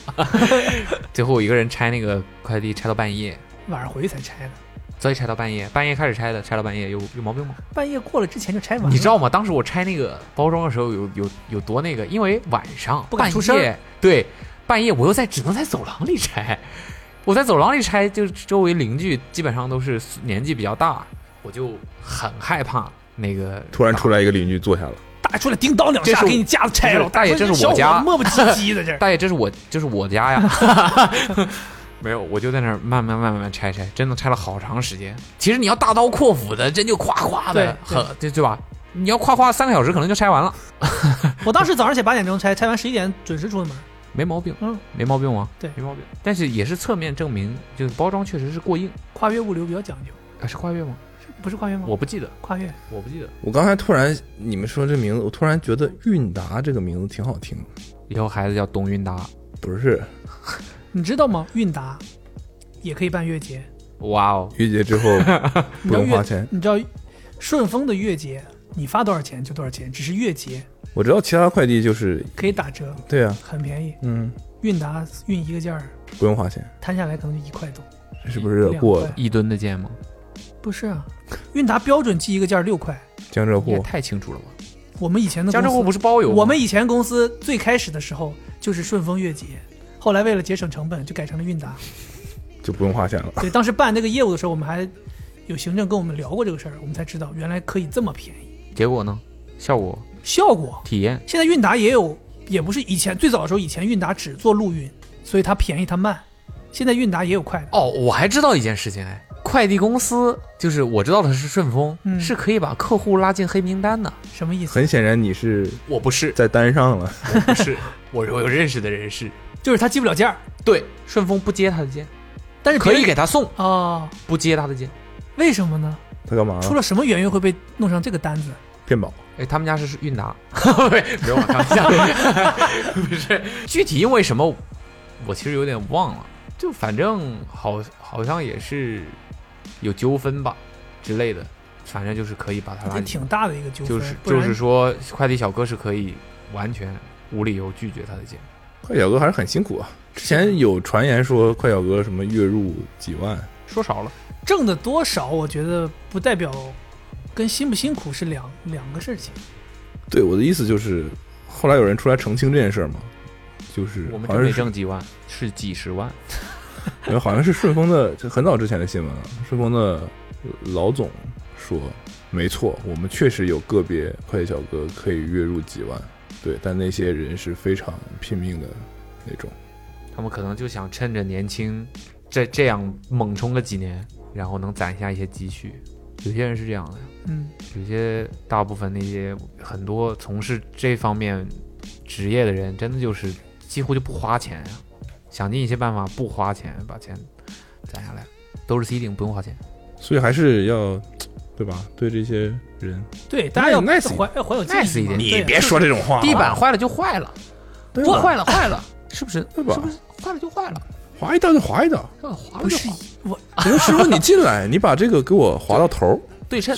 S3: 最后我一个人拆那个快递拆到半夜，
S2: 晚上回去才拆的，
S3: 所以拆到半夜，半夜开始拆的，拆到半夜有有毛病吗？
S2: 半夜过了之前就拆完了。
S3: 你知道吗？当时我拆那个包装的时候有，有有多那个，因为晚上
S2: 不敢出声
S3: 半夜，对，半夜我又在只能在走廊里拆，我在走廊里拆，就是周围邻居基本上都是年纪比较大，我就很害怕那个
S1: 突然出来一个邻居坐下了，
S2: 大爷出来叮当两
S3: 这
S2: 下，
S3: 是我
S2: 给你架子拆
S3: 不
S2: 了。
S3: 是大爷这是
S2: 小
S3: 我家
S2: 伙磨磨唧唧的这 儿。
S3: 大爷，这是我，这是我家呀。 没有，我就在那儿慢慢慢慢拆拆，真的拆了好长时间。其实你要大刀阔斧的，真就夸夸的，
S2: 对对
S3: 很对对吧？你要夸夸三个小时，可能就拆完了。
S2: 我当时早上写八点钟拆，拆完十一点准时出的门。
S3: 没毛病，
S2: 嗯，
S3: 没毛病吗？
S2: 对
S3: 没毛病。但是也是侧面证明，就是包装确实是过硬，
S2: 跨越物流比较讲究，
S3: 啊、是跨越吗？
S2: 不是跨越吗？
S3: 我不记得，
S2: 跨越
S3: 我不记得。
S1: 我刚才突然你们说这名字，我突然觉得韵达这个名字挺好听，
S3: 以后孩子叫董韵达，
S1: 不是？
S2: 你知道吗？韵达也可以办月节，
S3: 哇哦，
S1: 月结之后 不
S2: 你知道
S1: 用花
S2: 月，
S1: 钱。
S2: 你知道顺丰的月节，你发多少钱就多少钱，只是月节
S1: 我知道其他快递就是
S2: 可以打折，
S1: 对啊，
S2: 很便宜。
S1: 嗯，
S2: 韵达运一个件儿，
S1: 不用花钱，
S2: 摊下来可能就一块多。
S1: 这是不是有点过了？
S3: 一吨的件吗？
S2: 不是啊，韵达标准寄一个件儿六块。
S1: 江浙
S3: 你也
S1: 沪
S3: 太清楚了吧？
S2: 我们以前的
S3: 江浙
S2: 公司
S3: 沪不是包邮吗？
S2: 我们以前公司最开始的时候就是顺丰月结，后来为了节省成本，就改成了韵 达。
S1: 就不用花钱了。
S2: 对，当时办这个业务的时候，我们还有行政跟我们聊过这个事儿，我们才知道原来可以这么便宜。
S3: 结果呢？效果
S2: 效果
S3: 体验
S2: 现在韵达也有，也不是以前最早的时候，以前韵达只做陆运，所以它便宜它慢。现在韵达也有快的，
S3: 哦，我还知道一件事情哎，快递公司就是我知道的是顺丰，
S2: 嗯
S3: 是可以把客户拉进黑名单的。
S2: 什么意思？
S1: 很显然你是
S3: 我不是，
S1: 在单上了，
S3: 不 是，我有认识的人是，
S2: 就是它寄不了件儿，
S3: 对，顺丰不接他的件，
S2: 但是
S3: 可以
S2: 给
S3: 给他送，
S2: 哦，
S3: 不接他的件。
S2: 为什么呢？
S1: 他干嘛
S2: 出了什么原因会被弄上这个单子？
S1: 骗保？
S3: 哎，他们家是韵达， 没没有开玩笑，不是具体因为什么，我其实有点忘了，就反正好好像也是有纠纷吧之类的，反正就是可以把他拉
S2: 这
S3: 进。
S2: 挺大的一个纠纷，
S3: 就是
S2: 不
S3: 就
S2: 然
S3: 是说，快递小哥是可以完全无理由拒绝他的件。
S1: 快小哥还是很辛苦啊。之前有传言说快小哥什么月入几万，
S3: 说少了，
S2: 挣的多少，我觉得不代表跟辛不辛苦是两两个事情。
S1: 对我的意思就是，后来有人出来澄清这件事儿嘛，就是
S3: 我们
S1: 好
S3: 真
S1: 像
S3: 没
S1: 是
S3: 挣几万，是几十万。
S1: 因为好像是顺丰的，这很早之前的新闻了。顺丰的老总说，没错，我们确实有个别快递小哥可以月入几万，对，但那些人是非常拼命的那种。
S3: 他们可能就想趁着年轻，这这样猛冲个几年，然后能攒下一些积蓄。有些人是这样的，
S2: 嗯，
S3: 有些大部分那些很多从事这方面职业的人，真的就是几乎就不花钱呀、想尽一些办法不花钱把钱攒下来，都是 C 顶不用花钱。
S1: 所以还是要，对吧？对这些人，
S2: 对，大家要
S1: nice
S2: 怀要怀有敬意
S3: nice 一点
S2: 嘛
S3: 你
S2: 对啊
S1: 这种话
S3: 地板坏了就坏了，
S1: 对
S3: 不
S1: 吧
S3: 坏了坏了，是不是？
S1: 对吧
S3: 是不是坏了就坏了？
S1: 划一道就划一道。
S3: 划了
S2: 不
S3: 就是划，
S2: 我
S1: 比如师傅，你进来，你把这个给我划到头儿，
S3: 对称，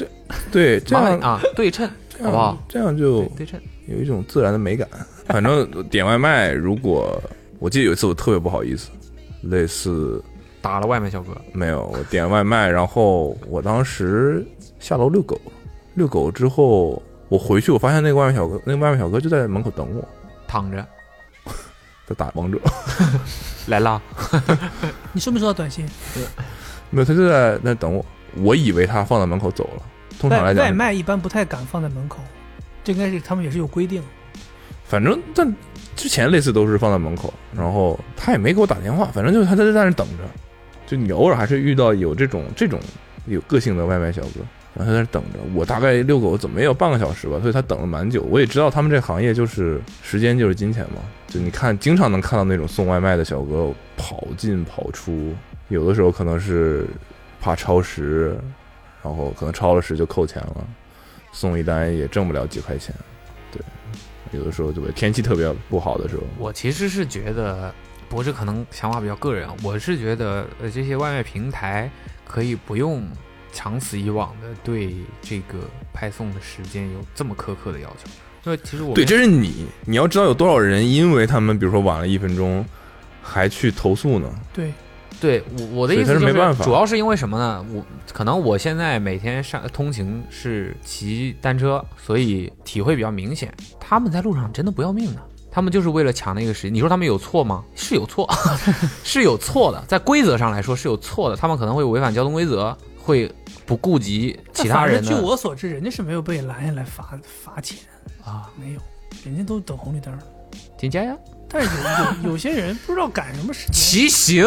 S1: 对，这
S3: 麻烦
S1: 样
S3: 啊，对称，
S1: 这
S3: 好
S1: 样
S3: 不好？
S1: 这样就
S3: 对对称，
S1: 有一种自然的美感。 反正点外卖，如果我记得有一次我特别不好意思，类似
S3: 打了外卖小哥，
S1: 没有我点外卖，然后我当时下楼遛狗，遛狗之后我回去，我发现那个外卖小哥，那个 外卖小哥就在门口等我，
S3: 躺着
S1: 在打王者，
S3: 来了，
S2: 你收没收到短信？
S1: 没有，他就在那等我，我以为他放在门口走了。通常
S2: 外
S1: 来讲
S2: 外
S1: 是，
S2: 卖一般不太敢放在门口，这应该是他们也是有规定。
S1: 反正但之前类似都是放在门口，然后他也没给我打电话，反正就是他就在那等着。就你偶尔还是遇到有这种这种有个性的外卖小哥，然后他在那等着。我大概遛狗怎么也有半个小时吧，所以他等了蛮久。我也知道他们这行业就是时间就是金钱嘛，就你看经常能看到那种送外卖的小哥跑进跑出，有的时候可能是怕超时，然后可能超了时就扣钱了，送一单也挣不了几块钱。对，有的时候就会天气特别不好的时候，
S3: 我其实是觉得，我这可能想法比较个人啊，我是觉得呃这些外卖平台可以不用长此以往的对这个派送的时间有这么苛刻的要求，因为其实我们
S1: 对，这是你，你要知道有多少人因为他们比如说晚了一分钟，还去投诉呢。
S2: 对，
S3: 对我我的
S1: 所
S3: 意
S1: 以他
S3: 思就是
S1: 没办法
S3: 主要是因为什么呢？我可能我现在每天上通勤是骑单车，所以体会比较明显。他们在路上真的不要命的，他们就是为了抢那个时间。你说他们有错吗？是有错， 是有错的，在规则上来说是有错的。他们可能会违反交通规则，会不顾及其他人
S2: 但反正据
S3: 的
S2: 我所知，人家是没有被拦下来罚罚钱，
S3: 啊，
S2: 没有，人家都等红绿灯了。
S3: 请加油。
S2: 但是有有有些人不知道赶什么时 间，
S3: 骑行，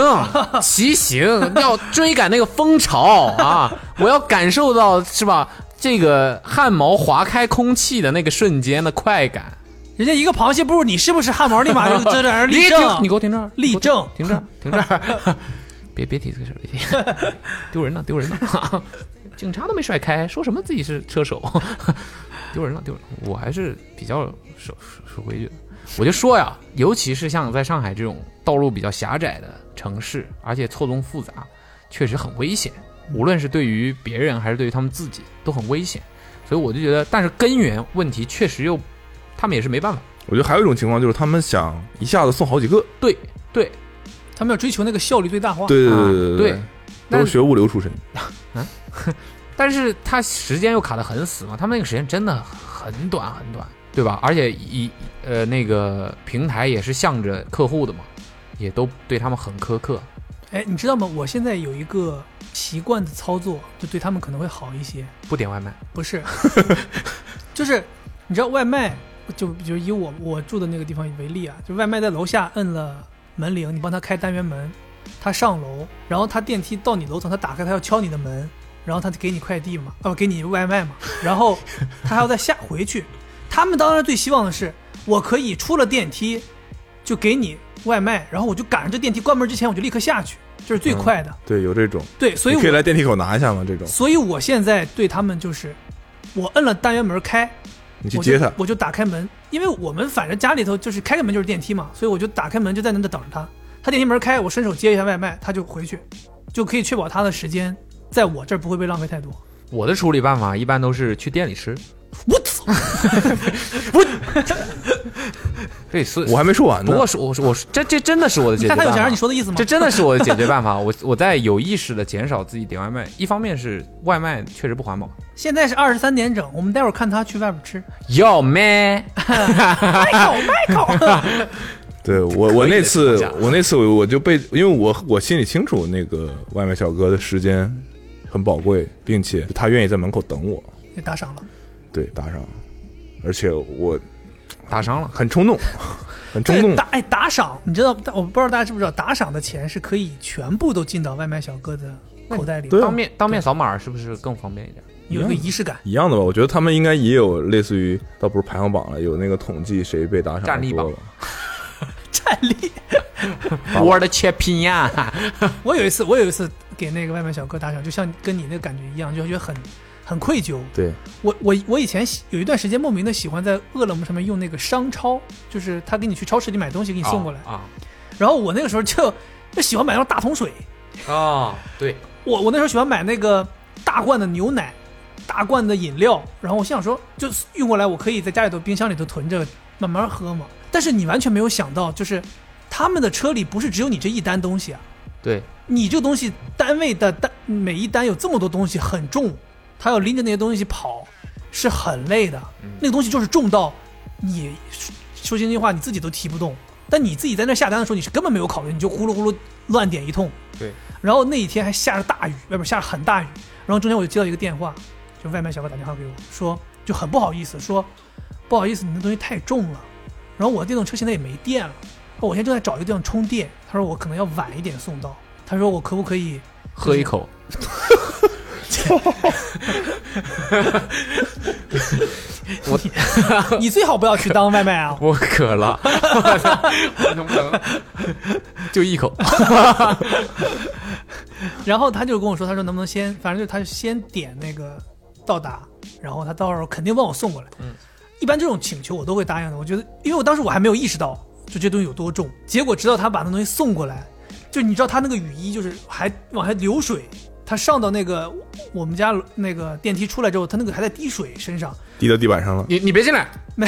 S3: 骑行要追赶那个风潮啊！我要感受到是吧？这个汗毛划开空气的那个瞬间的快感，
S2: 人家一个螃蟹不如你是不是汗毛立马就在这儿立
S3: 停哎你
S2: 正，
S3: 给我停这儿，
S2: 立
S3: 你给
S2: 正
S3: 我 停这儿，停这儿， 别别提这个事儿，别提， 丢人了，丢人了， 警察都没甩开，说什么自己是车手， 丢人了，丢人了，我还是比较守守规矩的。我就说呀，尤其是像在上海这种道路比较狭窄的城市，而且错综复杂，确实很危险。无论是对于别人还是对于他们自己，都很危险。所以我就觉得，但是根源问题确实又，他们也是没办法。
S1: 我觉得还有一种情况就是他们想一下子送好几个，
S3: 对对，
S2: 他们要追求那个效率最大化。
S1: 哦对
S3: 啊
S1: 对
S3: 对
S1: 对，
S3: 那
S1: 都是学物流出身，
S3: 但是他时间又卡得很死嘛，他们那个时间真的很短很短，对吧？而且一呃那个平台也是向着客户的嘛，也都对他们很苛刻。
S2: 哎，你知道吗？我现在有一个习惯的操作，就对他们可能会好一些。
S3: 不点外卖，
S2: 不是， 就是你知道外卖，就就以我我住的那个地方为例啊，就外卖在楼下摁了门铃，你帮他开单元门，他上楼，然后他电梯到你楼层，他打开他要敲你的门，然后他就给你快递嘛，哦、给你外卖嘛，然后他还要再下回去。他们当然最希望的是，我可以出了电梯就给你外卖，然后我就赶上这电梯关门之前我就立刻下去，这是最快的。
S1: 对，有这种，
S2: 对，所以
S1: 你
S2: 我
S1: 可以来电梯口拿一下吗？这种，
S2: 所以我现在对他们就是，我摁了单元门开，
S1: 你去
S2: 我
S1: 接
S2: 就
S1: 他，
S2: 我就打开门，因为我们反正家里头就是开个门就是电梯嘛，所以我就打开门就在那等着他。他电梯门开，我伸手接一下外卖，他就回去，就可以确保他的时间在我这儿不会被浪费太多。
S3: 我的处理办法一般都是去店里吃。
S2: 我 操！
S3: 对，所以
S1: 我还没说完呢
S3: 不。过是我是我是这这真的是我的解
S2: 你
S3: 决
S2: 看
S3: 办
S2: 他有
S3: 法。
S2: 想让你说的意思吗？
S3: 这真的是我的解决办法。 我我在有意识的减少自己点外卖，一方面是外卖确实不环保。
S2: 现在是二十三点整，我们待会儿看他去外边吃。哎
S3: 要咩？
S2: Michael，Michael，
S1: 对我，
S3: 可
S1: 我
S3: 以
S1: 那
S3: 的
S1: 次
S3: 评价，
S1: 我那次我我就被，因为我我心里清楚那个外卖小哥的时间很宝贵，并且他愿意在门口等我，
S2: 也哎打赏了。
S1: 对，打赏，而且我
S3: 打伤了。
S1: 很 冲动，很冲
S2: 这
S1: 动
S2: 打，哎打赏，你知道我不知道大家知不知道，打赏的钱是可以全部都进到外卖小哥的口袋里，
S1: 对啊
S3: 当面当面扫码是不是更方便一点？
S2: 有一个仪式感。
S1: 一样的吧？我觉得他们应该也有类似于，倒不是排行榜了，有那个统计谁被打赏
S3: 战
S1: 得
S3: 力
S1: 多
S3: 榜
S1: 了。
S2: 战力。
S3: 我的切拼呀！
S2: 我有一次，我有一次给那个外卖小哥打赏，就像跟你那个感觉一样，就觉得很很愧疚。
S1: 对，
S2: 我我我以前喜有一段时间莫名的喜欢在饿了么上面用那个商超，就是他给你去超市里买东西给你送过来，
S3: 啊
S2: 然后我那个时候就就喜欢买那种大桶水，
S3: 啊！对，
S2: 我我那时候喜欢买那个大罐的牛奶，大罐的饮料，然后我心想说，就运过来，我可以在家里头冰箱里头囤着慢慢喝嘛。但是你完全没有想到，就是他们的车里不是只有你这一单东西啊，
S3: 对，
S2: 你这个东西单位的单每一单有这么多东西很重，他要拎着那些东西跑是很累的。那个东西就是重到你说说心里话你自己都提不动，但你自己在那下单的时候你是根本没有考虑，你就呼噜呼噜乱点一通。
S3: 对。
S2: 然后那一天还下着大雨，外面下着很大雨，然后中间我就接到一个电话，就外卖小哥打电话给我说，就很不好意思说，不好意思，你那东西太重了。然后我的电动车现在也没电了，哦我现在正在找一个地方充电。他说我可能要晚一点送到。他说我可不可以？
S3: 喝一口。
S2: 你最好不要去当外卖啊！
S3: 我渴 了，我能不能就一 口？
S2: 然后他就跟我说，他说能不能先，反正就他就先点那个到达，然后他到时候肯定帮我送过来。嗯，一般这种请求我都会答应的。我觉得，因为我当时我还没有意识到就这东西有多重，结果直到他把那东西送过来，就你知道他那个雨衣就是还往下流水，他上到那个我们家那个电梯出来之后，他那个还在滴水身上，
S1: 滴到地板上了。
S3: 你你别进来，
S2: 没，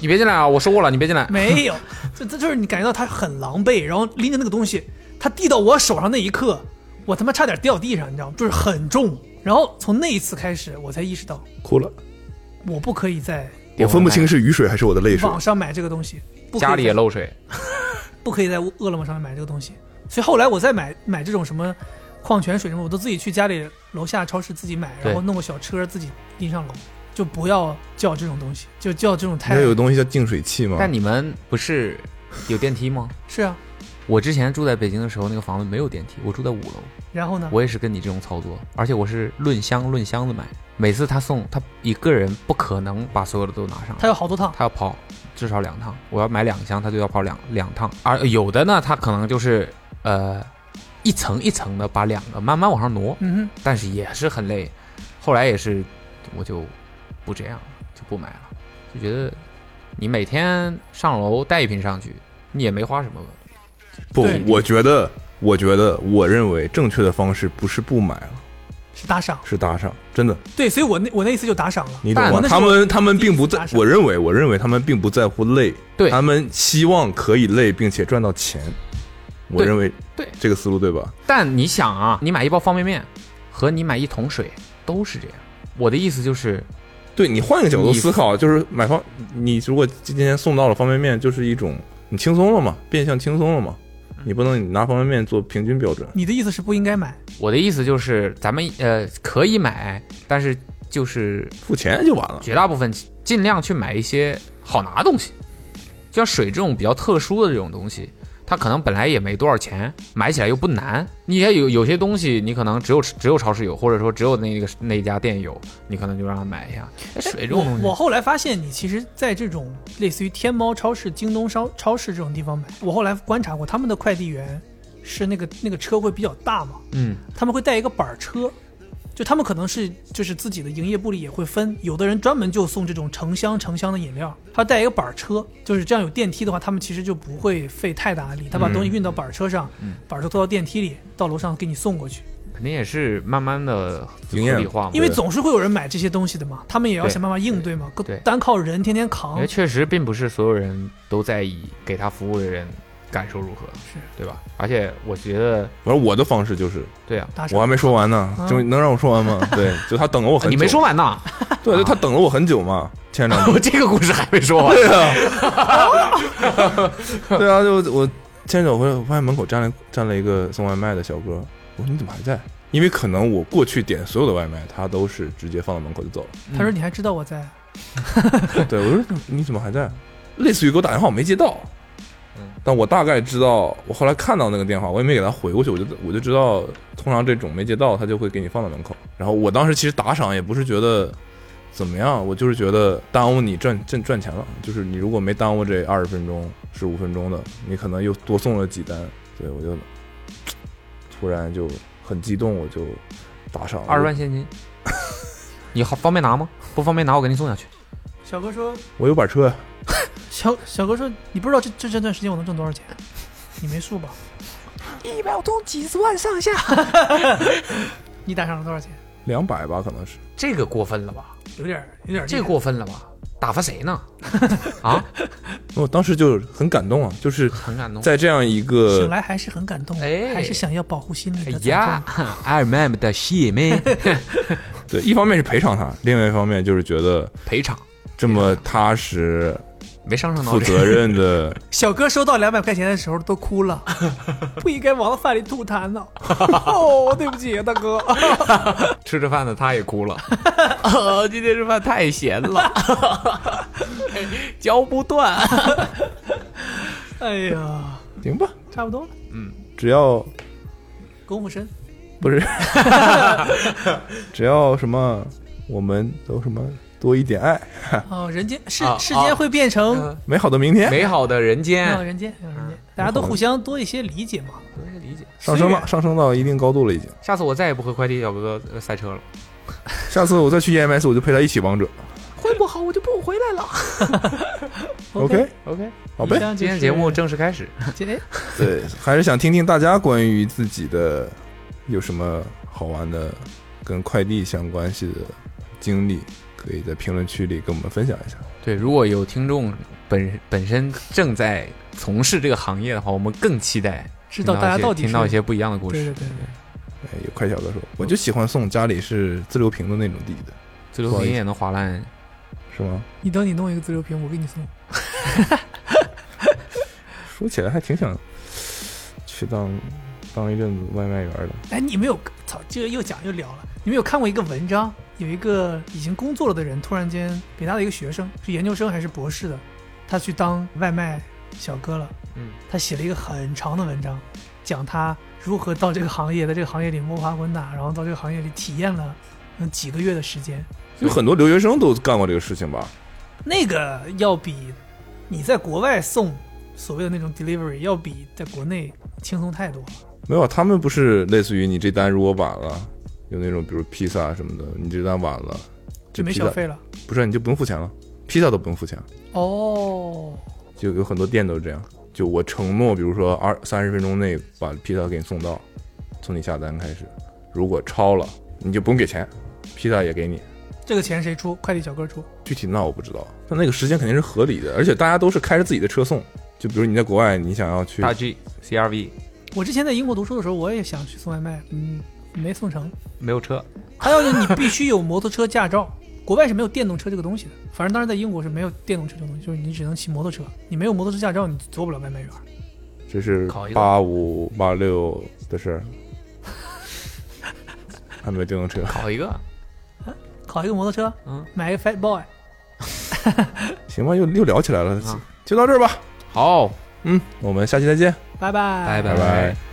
S3: 你别进来啊！我说过了，你别进 来。
S2: 没有，这这就是你感觉到他很狼狈，然后拎着那个东西，他递到我手上那一刻，我他妈差点掉地上，你知道吗？就是很重。然后从那一次开始，我才意识到
S1: 哭了，
S2: 我不可以在
S1: 我分不清是雨水还是我的泪水。
S2: 网上买这个东西，不可以
S3: 家里也
S2: 在
S3: 漏水，
S2: 不可以在饿了么上面买这个东西。所以后来我再买买这种什么矿泉水什么，我都自己去家里楼下超市自己买，然后
S3: 对
S2: 弄个小车自己拎上楼，就不要叫这种东西，就叫这种
S1: 你知
S2: 太
S1: 道有东西叫净水器吗？
S3: 但你们不是有电梯吗？
S2: 是啊。
S3: 我之前住在北京的时候，那个房子没有电梯，我住在五楼，
S2: 然后呢？
S3: 我也是跟你这种操作，而且我是论箱论箱子买。每次他送，他一个人不可能把所有的都拿上来，
S2: 他有好多趟，
S3: 他要跑，至少两趟，我要买两箱，它就要跑两两趟。而有的呢，它可能就是呃一层一层的把两个慢慢往上挪，
S2: 嗯
S3: 但是也是很累。后来也是，我就不这样，就不买了，就觉得你每天上楼带一瓶上去，你也没花什么。
S1: 不
S2: 对，
S1: 我觉得，我觉得，我认为正确的方式不是不买了，
S2: 哼，是打赏。
S1: 是打赏，真的，
S2: 对，所以我那我那一次就打赏了。
S1: 你懂
S3: 但
S1: 吗
S2: 我？那时
S1: 他
S2: 候
S1: 们他们
S2: 第一
S1: 并不
S2: 次
S1: 在
S2: 打，赏
S1: 我认为，我认为他们并不在乎累，
S3: 对
S1: 他们希望可以累，并且赚到钱。我
S3: 对
S1: 认为，
S3: 对
S1: 这个思路对吧？
S3: 但你想啊，你买一包方便面和你买一桶水都是这样。我的意思就是，
S1: 对你换一个角度
S3: 你
S1: 思考，就是买方，你如果今天送到了方便面，就是一种你轻松了嘛，变相轻松了嘛，
S3: 嗯
S1: 你不能拿方便面做平均标准。
S2: 你的意思是不应该买？
S3: 我的意思就是，咱们呃可以买，但是就是
S1: 付钱就完了。
S3: 绝大部分尽量去买一些好拿的东西，就像水这种比较特殊的这种东西，它可能本来也没多少钱，买起来又不难。你也有有些东西，你可能只有只有超市有，或者说只有那个那一家店有，你可能就让他买一下。哎水这种东西，
S2: 我后来发现，你其实在这种类似于天猫超市、京东超超市这种地方买，我后来观察过，他们的快递员是那个那个车会比较大嘛，
S3: 嗯，
S2: 他们会带一个板儿车，就他们可能是就是自己的营业部里也会分，有的人专门就送这种成箱成箱的饮料，他带一个板儿车，就是这样有电梯的话，他们其实就不会费太大的力，他把
S3: 嗯
S2: 东西运到板儿车上，板儿车拖到电梯里，到楼上给你送过去，
S3: 肯定也是慢慢的合
S1: 经验
S3: 理化嘛。
S2: 因为
S1: 对
S2: 总是会有人买这些东西的嘛，他们也要
S3: 对
S2: 想办法应对嘛，
S3: 对
S2: 单靠人天天
S3: 因
S2: 扛
S3: 为，哎确实并不是所有人都在意给他服务的人感受如何，
S2: 是
S3: 对吧？而且我觉得，
S1: 反正我的方式就是，
S3: 对啊，
S2: 打赏
S1: 我还没说完呢
S2: 啊，
S1: 就能让我说完 吗？对，就他等了我很久。
S3: 啊你没说，完 啊呢，
S1: 对，就他等了我很久嘛，天 长地久。
S3: 我这个故事还没说完。
S1: 对啊， 对啊，就我牵手回来，我发现门口站了站了一个送外卖的小哥，我说你怎么还在？因为可能我过去点所有的外卖，他都是直接放到门口就走了。
S2: 他
S3: 嗯
S2: 说你还知道我在，
S1: 对，我说你怎么还在？类似于给我打电话，我没接到
S3: 嗯。
S1: 但我大概知道，我后来看到那个电话，我也没给他回过去，我就我就知道，通常这种没接到，他就会给你放到门口。然后我当时其实打赏也不是觉得怎么样，我就是觉得耽误你赚挣赚钱了，就是你如果没耽误这二十分钟、十五分钟的，你可能又多送了几单，所以我就突然就很激动，我就打赏了
S3: 二十万，现金， 你好方便拿吗？不方便拿，我给你送下去。
S2: 小哥说
S1: 我有板车呀，
S2: 小小哥说你不知道这这这段时间我能挣多 少钱，你没数吧？
S3: 一秒钟几十万上下，
S2: 你打赏了多少钱？
S1: 两百吧，可能是。
S3: 这个过分了吧？
S2: 有点儿有点儿厉
S3: 这
S2: 害
S3: 个过分了吧？打发 谁呢？啊，
S1: 我当时就很感动啊， 就是
S3: 很感动。
S1: 在这样一
S2: 醒
S1: 个
S2: 来还是很感动，
S3: 哎
S2: 还是想要保护心里
S3: 哎
S2: 的惨
S3: 呀
S2: 痛。
S3: ，I remember the shit man，
S1: 对，一方面是赔偿他，另外一方面就是觉得
S3: 赔偿
S1: 这么踏实、
S3: 没上升到
S1: 负
S3: 这
S1: 责任的，
S2: 小哥收到两百块钱的时候都哭 了，不应该往饭里吐痰呢。哦，对不起，大哥。
S3: 吃着饭的他也哭了。哦，今天吃饭太咸了，嚼不断。
S2: 哎呀，
S1: 行吧，
S2: 差不多了，
S1: 只要
S2: 功夫深。
S1: 不是，只要什么，我们都什么多一点爱，
S2: 哦，人间世
S3: 啊嗯
S2: 世间会变成
S3: 啊
S1: 美好的明天，
S3: 美好的人
S2: 没有
S3: 间，
S2: 人间，没有人间，大
S3: 嗯
S2: 家都互相多一些理解嘛。
S3: 多些理解。
S1: 上升了，上升到一定高度了，已经。
S3: 下次我再也不和快递小哥哥赛车了。
S1: 下次我再去 EMS，我就陪他一起王者。
S3: 混不好我就不回来了。
S1: OK，
S3: OK，
S1: 好呗。
S3: 今天节目正式开始。
S2: 哎
S1: 对， 还是想听听大家关于自己的有什么好玩的跟快递相关系的经历，可以在评论区里跟我们分享一下。
S3: 对，如果有听众本本身正在从事这个行业的话，我们更期待
S2: 知道大家
S3: 听一些
S2: 到底
S3: 听到一
S2: 是
S3: 些不一样的故
S2: 对
S3: 事
S2: 对。对，
S1: 哎，有快小哥说，我就喜欢送家里是自流平的那种地的，
S3: 自流
S1: 不好意
S3: 平
S1: 思
S3: 也能划烂，
S1: 是吗？
S2: 你等你弄一个自留屏，我给你送。
S1: 说起来还挺想去当当一阵子外卖员的。
S2: 哎，你没有操，这个又讲又聊了。你没有看过一个文章，有一个已经工作了的人，突然间北大的一个学生，是研究生还是博士的，他去当外卖小哥了。
S3: 嗯，
S2: 他写了一个很长的文章，讲他如何到这个行业，在这个行业里摸爬滚打，然后到这个行业里体验了那几个月的时间。
S1: 有很多留学生都干过这个事情吧？
S2: 那个要比你在国外送所谓的那种 delivery 要比在国内轻松太多了。
S1: 没有，他们不是类似于你这单如果晚了，有那种比如披萨什么的，你这单晚了，这
S2: 就没
S1: 披
S2: 小
S1: 萨
S2: 费了。
S1: 不是你就不用付钱了，披萨都不用付钱，
S2: 哦，
S1: 就有很多店都是这样，就我承诺，比如说二三十分钟内把披萨给你送到，从你下单开始，如果超了你就不用给钱，披萨也给你。
S2: 这个钱谁出？快递小哥出。
S1: 具体那我不知道，但那个时间肯定是合理的，而且大家都是开着自己的车送。就比如你在国外，你想要去
S3: 大 G CRV
S2: 我之前在英国读书的时候，我也想去送外卖，嗯，没送成。
S3: 没有车，
S2: 还有就是你必须有摩托车驾照，国外是没有电动车这个东西的。反正当时在英国是没有电动车这个东西，就是你只能骑摩托车，你没有摩托车驾照，你做不了外卖员。
S1: 这是
S3: 考一个
S1: 八五八六的事 儿，还没有电动车。
S3: 考一个
S2: 考一个摩托车，
S3: 嗯，
S2: 买一个 Fat Boy，
S1: 行吧，又又聊起来了
S3: 啊，
S1: 就到这儿吧。
S3: 好，
S1: 嗯，我们下期再见，
S2: 拜拜，
S3: 拜
S1: 拜拜